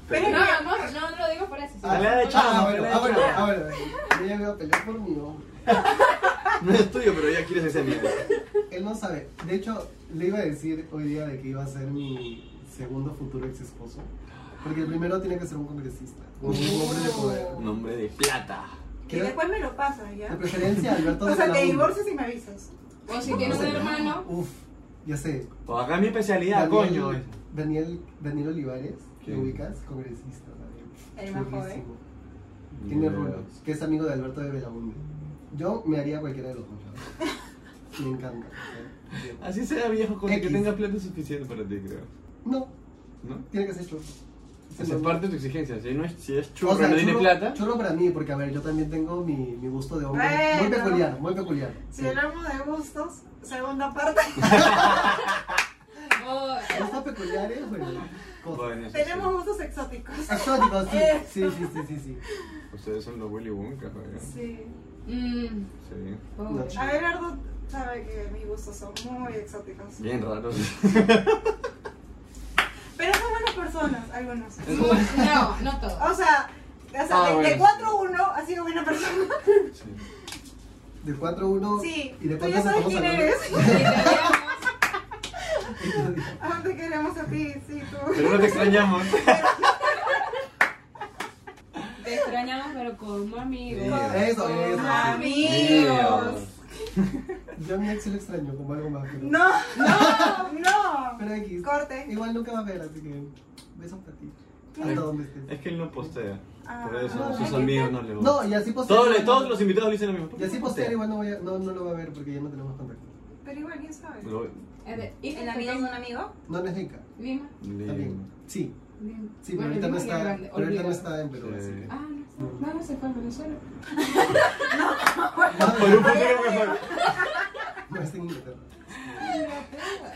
S2: Pero es
S4: No,
S2: que-
S4: amor, no, no lo digo por eso.
S3: Ah,
S4: sino-
S3: le ha hecho,
S1: Ah,
S3: le
S1: bueno,
S3: ha
S1: ah, bueno,
S3: hecho.
S1: ah, bueno. Yo ya me voy a pelear por mi hombre.
S3: No es tuyo, pero ya quieres ese miedo.
S1: Él no sabe. De hecho, le iba a decir hoy día de que iba a ser mi segundo futuro ex esposo. Porque el primero tiene que ser un congresista. O un hombre de poder.
S3: Un hombre de plata.
S2: Y después me lo pasas ya.
S1: De preferencia, Alberto
S2: O sea,
S1: de la
S2: te
S1: U.
S2: divorcias y me avisas.
S4: O si tienes un hermano,
S1: Uf, ya sé.
S3: Pues acá es mi especialidad,
S1: Daniel-
S3: coño.
S1: Daniel, Daniel Olivares, que
S3: ¿Quién?
S1: ubicas, congresista también.
S2: El más joven.
S1: Churrísimo. Tiene
S3: Ya.
S1: rulos, que es amigo de Alberto de Belaunde. Yo me haría cualquiera de los dos. la verdad. Me encanta. ¿eh?
S3: Así sea viejo, con que
S1: X.
S3: tenga plata suficiente para ti, creo.
S1: No,
S3: ¿No?
S1: tiene que ser churro.
S3: Esa es parte de tu exigencia. Si, no es, si es churro
S1: O sea,
S3: y no tiene
S1: churro-
S3: plata,
S1: Churro para mí, porque a ver, yo también tengo mi, mi gusto de hombre.
S2: Bueno.
S1: Muy peculiar, muy peculiar.
S2: Si hablamos de gustos, segunda parte.
S4: o
S1: Gustos peculiares, bueno. cosas.
S3: bueno, Pues eso sí.
S2: Tenemos gustos exóticos.
S1: Exóticos, sí.
S2: Eso.
S1: Sí, sí, sí, sí, sí.
S3: Ustedes son los Willy Wonka, ¿verdad?
S2: Sí.
S4: mm,
S3: Sí.
S4: pobre.
S2: A ver, Ardo sabe que mis gustos son muy exóticos.
S3: Bien raros.
S2: Pero son buenas personas, algunos.
S4: Mm, No, no todo.
S2: O sea, o sea,
S3: Ah,
S2: de,
S3: bueno.
S2: de 4 a 1 ha sido buena persona.
S3: Sí.
S1: De 4-1.
S2: Sí,
S1: ¿Y de
S2: tú ya
S1: cuántas estamos
S2: sabes quién
S1: hablando?
S2: eres.
S4: Si te veamos,
S2: Aún te queremos a ti, sí, tú.
S3: Pero no te extrañamos.
S4: Te extrañamos, pero como amigos.
S3: Sí.
S1: Eso, eso.
S4: Como
S2: Amigos.
S1: Yo a mi ex sí lo extraño como algo más. Pero...
S2: No, no, no.
S1: Pero X.
S2: Corte.
S1: Igual nunca va a ver, así que besos para ti.
S2: Mm.
S1: Hasta donde estés.
S3: Es que él no postea.
S2: Ah.
S3: Por eso
S1: Ah,
S3: sus
S1: ¿qué
S3: amigos no le gustan.
S1: No, y así postear.
S3: Todos, le-
S1: igual no-
S3: todos los invitados le dicen lo mismo.
S1: Y así postear igual no, voy a, no, no lo va a ver porque ya no tenemos contacto.
S2: Pero igual, ¿quién sabe?
S3: Lo-
S4: A ver, ¿y
S2: ¿El amigo de un amigo?
S1: No, no es rica.
S4: Lima.
S3: le-
S1: También. Sí,
S4: Lima.
S1: sí, pero
S4: Bueno,
S1: ahorita no
S4: Lima y
S1: está,
S4: Grande,
S1: pero ahorita no
S4: obligado.
S1: está en Perú.
S3: Sí.
S1: así que-
S4: Ah, no, sé. no, no se fue a Venezuela.
S3: Por un futuro mejor.
S1: No está en Inglaterra.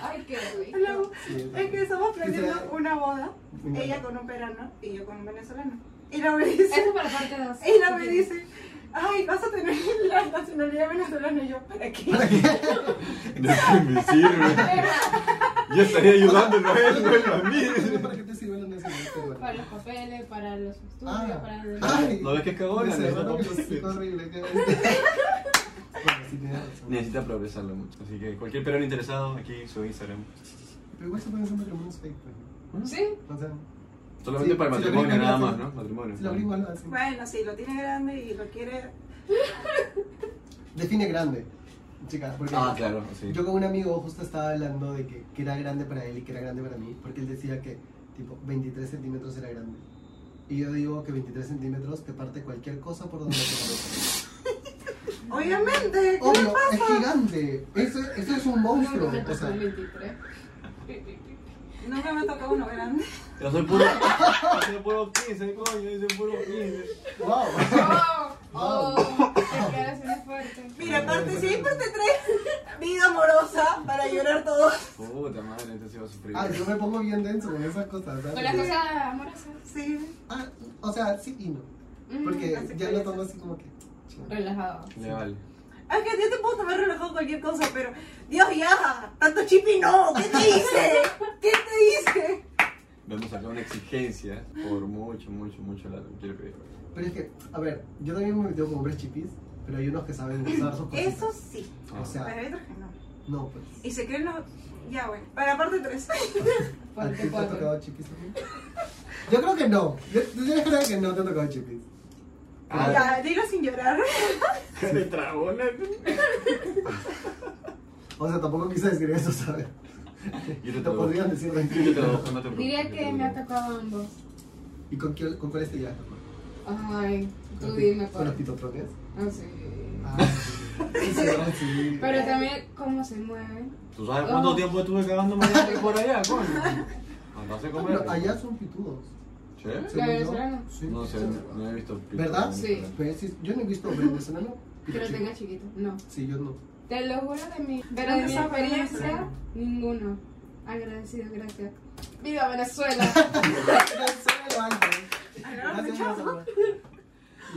S4: Ay, qué
S2: Luego,
S4: rico.
S1: Sí, está
S2: Es que estamos
S1: Sí,
S2: planeando
S1: sí.
S2: una boda.
S1: Me encanta.
S2: Ella con un peruano y yo con un venezolano. Y luego me dice,
S4: Eso para parte 2.
S2: y luego me dice, ay, vas a tener la nacionalidad venezolana. Y yo, ¿para qué?
S3: ¿De qué me sirve? Yo estaría ayudándolo a él, bueno, a mí.
S1: ¿Para qué te sirve la nacionalidad
S4: Para
S1: peruana?
S4: los papeles, para los estudios,
S1: Ah.
S4: para los
S1: Ay.
S3: ¿No ves que es cagón?
S1: Me cerraron los
S3: Sí.
S1: hocico horrible. qué- Bueno, sí tienes razón.
S3: Necesita progresarlo mucho. Así que cualquier peruano interesado, aquí su Instagram.
S1: Pero igual se pueden hacer matrimonios fake, pues.
S4: Sí,
S1: O sea,
S3: Solamente
S1: Sí,
S3: para
S1: sí, lo
S3: matrimonio,
S1: abrimos,
S3: nada
S1: lo
S3: más, ¿no?
S1: hacemos.
S3: Matrimonio.
S1: si lo abrí igual lo hacen.
S2: Bueno, sí, lo tiene grande y lo quiere.
S1: Define grande, chica. Porque
S3: Ah, claro, sí.
S1: Yo con un amigo justo estaba hablando de que, que era grande para él y que era grande para mí, porque él decía que tipo 23 centímetros era grande. Y yo digo que 23 centímetros te parte cualquier cosa por donde te parece.
S2: Obviamente, ¿qué le
S1: Obvio, es
S2: pasa?
S1: gigante. Eso, eso es un monstruo.
S4: me
S1: O
S4: tocó
S1: sea,
S4: el 23.
S2: Nunca me tocó uno grande.
S3: Yo soy puro. Yo soy puro 15, coño, yo soy puro 15.
S1: wow.
S4: ¡Oh! ¡Oh! Declaraciones fuertes.
S2: Mira, parte 100 y parte 3. Vida amorosa para llorar todos.
S3: Puta madre, entonces iba a sufrir.
S1: Ah, yo me pongo bien denso con esas cosas. ¿sabes?
S4: Con las cosas amorosas.
S2: Sí.
S1: Ah, o sea, sí y no.
S4: Mm,
S1: Porque
S2: así
S1: ya
S2: puede
S1: lo tomo
S2: ser.
S1: así como que.
S4: Relajado.
S3: Le vale.
S2: Es que yo te puedo tomar relajado cualquier cosa, pero. Dios, ya. Tanto chipi no. ¿Qué te hice? ¿Qué te hice?
S3: Vemos acá una exigencia por mucho, mucho, mucho la quiero pedir.
S1: Pero es que, a ver, yo también me metí con hombres chipis, pero hay unos que saben usar sus cositas.
S2: Eso sí.
S1: O sea,
S2: Pero hay otros que no.
S1: no, pues.
S2: Y se creen los. Ya, bueno. Para parte 3.
S1: ¿A ti
S4: Parte
S1: te ha
S4: 4.
S1: tocado chipis también? Yo creo que no. Yo, yo creo que no te ha tocado chipis.
S2: Ya, dilo sin llorar.
S3: de trabona.
S1: O sea, tampoco quise decir eso, ¿sabes? te
S3: Yo te trabajo.
S1: podrían decir
S3: Yo te
S1: tranquilo.
S3: trabajo, no te preocupes.
S4: Diría que me ha tocado ambos.
S1: ¿Y con, quién, con cuál es tu viaje?
S4: Ay, tú dime
S1: ¿Con los
S4: cuál.
S1: pitotrones?
S4: No sé.
S1: Ah, sí. Sí, sí.
S4: Pero también cómo se mueven.
S3: ¿Tú sabes cuánto
S4: Oh.
S3: tiempo estuve cagando mañana por allá, coño? Andás a comer.
S1: Pero allá son pitudos.
S3: ¿Sí?
S1: según yo.
S4: venezolana?
S1: Sí.
S3: No sé, no he visto. pito.
S1: ¿Verdad?
S4: Sí.
S1: Pero sí, yo no he visto venezolano.
S4: Que lo
S1: pituchico.
S4: tenga chiquito. No.
S1: Sí, yo no.
S4: Te lo juro de mi, pero de
S2: ¿Dónde
S4: mi
S2: está
S4: experiencia,
S2: Venezuela?
S4: ninguno. Agradecido, gracias. ¡Viva Venezuela!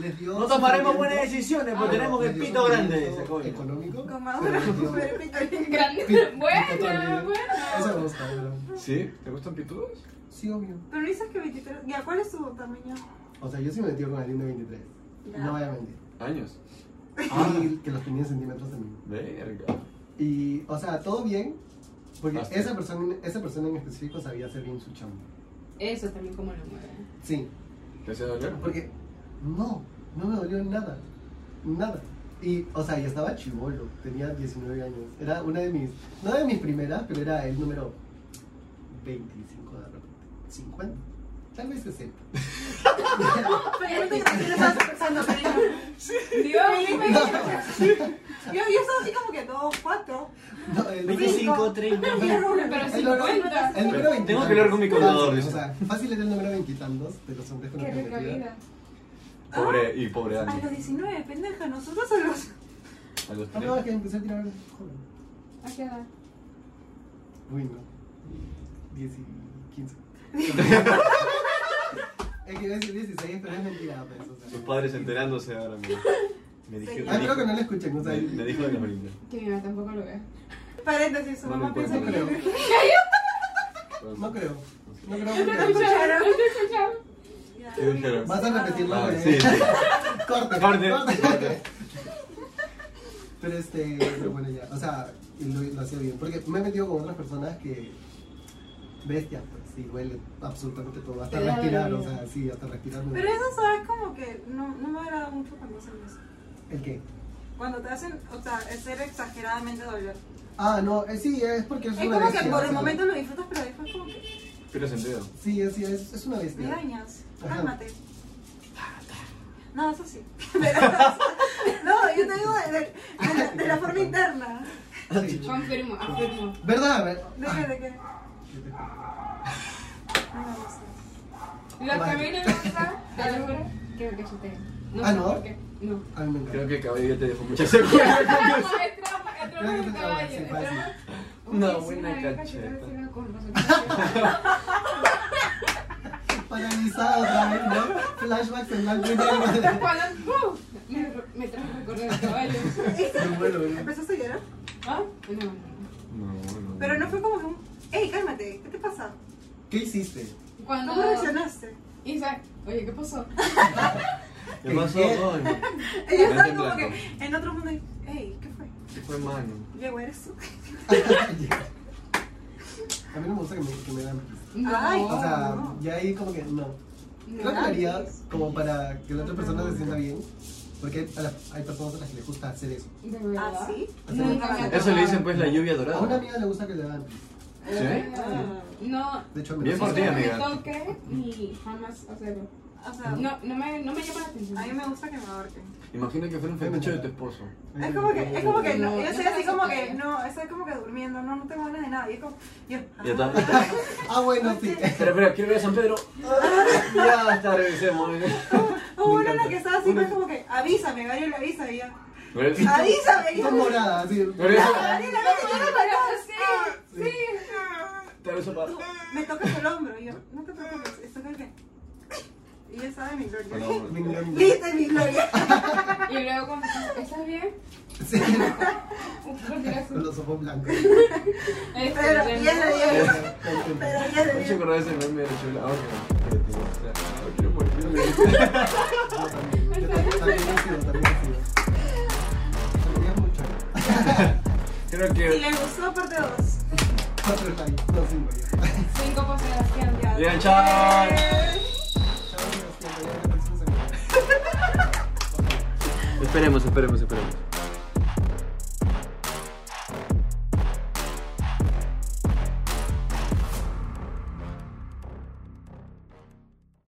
S1: Les dio
S3: No tomaremos
S1: sufrimiento.
S3: buenas decisiones,
S1: Ah,
S3: porque tenemos
S1: les
S3: el
S1: dio
S3: pito grande, dice
S1: sufrimiento
S3: coño.
S1: Económico.
S2: Con Maduro.
S1: pero les dio
S2: pero pequeño.
S4: Grande.
S1: pito- pito
S4: Bueno,
S1: también.
S4: bueno.
S1: Eso me gusta, pero-
S3: ¿Sí? ¿Te gustan pitudos?
S1: Sí, obvio.
S2: Pero dices que 23. Ya, ¿cuál es tu tamaño?
S1: O sea, yo sí me metí con alguien de 23.
S2: Ya.
S1: No voy a mentir.
S3: Años.
S1: Y que los tenía en centímetros también.
S3: Verga.
S1: Y, o sea, todo bien. Porque
S3: Basta.
S1: esa persona, esa persona en específico sabía hacer bien su chamba.
S4: Eso también como lo mueve.
S1: Sí,
S3: ¿Te hacía doler?
S1: porque no, no me dolió nada, nada. Y, o sea, yo estaba chivolo, tenía 19 años. Era una de mis, no de mis primeras, pero era el número 25 de repente. 50, tal vez 60.
S2: Pero yo no estabas pensando, cariño.
S4: Dios mío.
S2: Yo, yo estaba así como que dos, cuatro.
S1: No, el
S3: 25, 30.
S4: Pero
S1: El número,
S4: 50.
S1: el número 20.
S3: Tengo que hablar con mi contador,
S1: O
S3: dice.
S1: sea, fácil era el número 20 y tantos de los hombres con
S4: Qué rica
S1: alternativa.
S4: vida.
S3: Pobre, y pobre
S2: A
S3: Dani.
S2: los 19, pendeja, nosotros a los.
S3: A los
S1: Ah, no,
S3: 30.
S1: que empecé a tirar joven.
S4: ¿A qué edad?
S1: Uy, no. 10 y 15. Es que iba a decir 16, pero es mentira, pues. O sea.
S3: Sus padres enterándose ahora mismo. Me dijeron.
S1: Ah, creo que no lo escuchen, o sea.
S3: Me, me dijo de la marinda.
S4: Que mi mamá tampoco lo ve.
S2: Paréntesis, su
S3: No me
S2: mamá piensa que
S1: importa,
S2: yo
S1: creo.
S2: virgen.
S1: No creo. No
S4: ¿No
S1: creo porque.
S4: escucharon? ¿No escucharon?
S3: ¿Qué dijeron?
S1: Vas a repetirlo,
S3: Ah,
S1: güey.
S3: sí, sí.
S1: Corte,
S3: Corte,
S1: corte.
S3: corte.
S1: Pero este, pero bueno, ya. O sea, y lo, lo hacía bien. Porque me he metido con otras personas que. Bestia, pues sí, huele absolutamente todo. Hasta
S4: Te da
S1: respirar, o
S4: dolor.
S1: sea, sí, hasta respirar. me
S2: Pero
S1: duele.
S2: eso, ¿sabes? Como que no, no me agrada mucho cuando hacen eso.
S1: ¿El qué?
S2: Cuando te hacen, o sea, el ser exageradamente dolor.
S1: Ah, no, eh, sí, es porque es,
S2: Es
S1: una
S2: como
S1: bestia.
S2: que por
S1: o
S2: el
S1: sea,
S2: momento lo disfrutas, pero después como que
S3: Pero sentido.
S1: Sí, es, sí, es, es una
S2: me
S1: bestia.
S2: dañas.
S1: Ajá.
S2: Cálmate. No, eso sí. Pero, o sea, no, yo te digo de, de- de la, de la forma interna.
S1: Sí.
S4: Confirmo, afirmo.
S1: ¿Verdad? A ver.
S2: De que, de que.
S1: ¿qué te-
S2: No me gusta.
S4: Lo que a mí no me gusta, te lo juro, que me cacheteen. No
S1: Ah,
S4: sé
S1: ¿no?
S4: por qué. No.
S1: A mí me encanta.
S3: Creo que el cabello te dejó muchas secuelas.
S4: Es trampa, es trampa
S1: Creo que
S4: de
S1: es
S4: caballo,
S1: trampa, sí,
S4: es
S1: fácil.
S4: trampa.
S3: Una
S4: Uy, sí,
S3: buena
S4: vez
S3: cacheta.
S4: cachetada, sí, con razón.
S1: Paralizado otra vez, ¿no? Flashbacks en blanco y negro.
S4: Cuando ¡pum! me, me trajo recuerdo del caballo.
S1: Qué bueno, ¿no?
S2: ¿Empezaste a llorar?
S4: ¿Ah? No, no, no.
S3: No, no.
S2: Pero no fue como que un. ¡Ey, cálmate! ¿Qué te pasa?
S1: ¿Qué hiciste?
S4: Cuando
S2: ¿Cómo reaccionaste?
S4: Isaac, oye, ¿qué pasó?
S3: ¿Qué pasó
S1: ¿Qué?
S3: hoy?
S2: Ella
S3: Mente
S2: estaba
S3: en
S2: como
S3: blanco.
S2: que en otro mundo y. ¡Ey, qué fue!
S3: ¿Qué fue, mano?
S2: Llegó, eres tú.
S1: A mí no me gusta que me, que me dan pis.
S2: Ay,
S1: O sea,
S2: no.
S1: ya ahí como que no.
S4: no.
S1: Creo que lo haría como para que la otra persona se sienta bien. Porque a la- hay personas a las que les gusta hacer eso.
S4: ¿De verdad?
S2: ¿Ah, sí?
S4: Nunca me ha
S3: Eso le dicen
S4: tocado.
S3: pues la lluvia
S1: A una
S3: dorada.
S1: amiga le gusta que le hagan pis.
S3: ¿Sí?
S2: Ah.
S4: No,
S1: De hecho, me
S3: Bien
S1: lo
S3: por ti,
S1: hizo.
S4: no me
S3: amiga.
S4: toque ni jamás hacerlo.
S2: O sea,
S4: No, no me, no me llama la atención.
S2: a mí me gusta que me ahorquen.
S3: Imagina que fuera un fetiche de tu esposo.
S2: Es como que, es como que, no,
S4: No,
S2: yo
S4: no
S2: estoy
S4: se
S2: así
S4: hace
S2: como
S4: todavía.
S2: que, no, estoy como que durmiendo, no, no tengo ganas de nada. Y es como, yo,
S3: Ya está.
S2: ah,
S1: Ah, bueno, sí.
S3: Espera, espera, quiero ver a San Pedro. Ya hasta revisemos.
S2: hubo
S3: Me
S2: uno en la
S3: encanta.
S2: que estaba así,
S3: Una-
S2: fue como que, avísame, Gabriel, avisa, y yo,
S3: Pero-
S2: avísame, y yo,
S1: Con morada, sí.
S3: Pero eso-
S2: Gabriel, avisa,
S4: Pero
S2: Ah,
S4: sí, sí.
S3: pero eso para-
S2: me tocas el hombro, y yo, no te preocupes, esto es que, y ya sabe mi
S3: para
S2: gloria,
S1: Me
S3: uno.
S1: encanta.
S2: viste mi gloria,
S4: Y luego cuando ¿estás bien?
S1: Sí,
S4: Por Dios.
S1: con los ojos blancos.
S4: Este,
S2: pero
S4: ya
S2: ya
S4: no.
S2: le dio,
S3: Me
S2: pero ya le
S3: echo
S2: dio,
S3: con ese meme de chula. Ah, ok. Que te- o sea, no quiero morirme.
S1: Yo también, también he sido, también he sido. También es mucho.
S3: Creo
S2: y
S3: que
S2: le gustó parte dos.
S1: Cuatro likes, no cinco ya.
S4: Cinco por Sebastián.
S2: Ya.
S3: Bien, chao.
S1: Chao, Sebastián, ya la próxima semana.
S3: esperemos, esperemos, esperemos.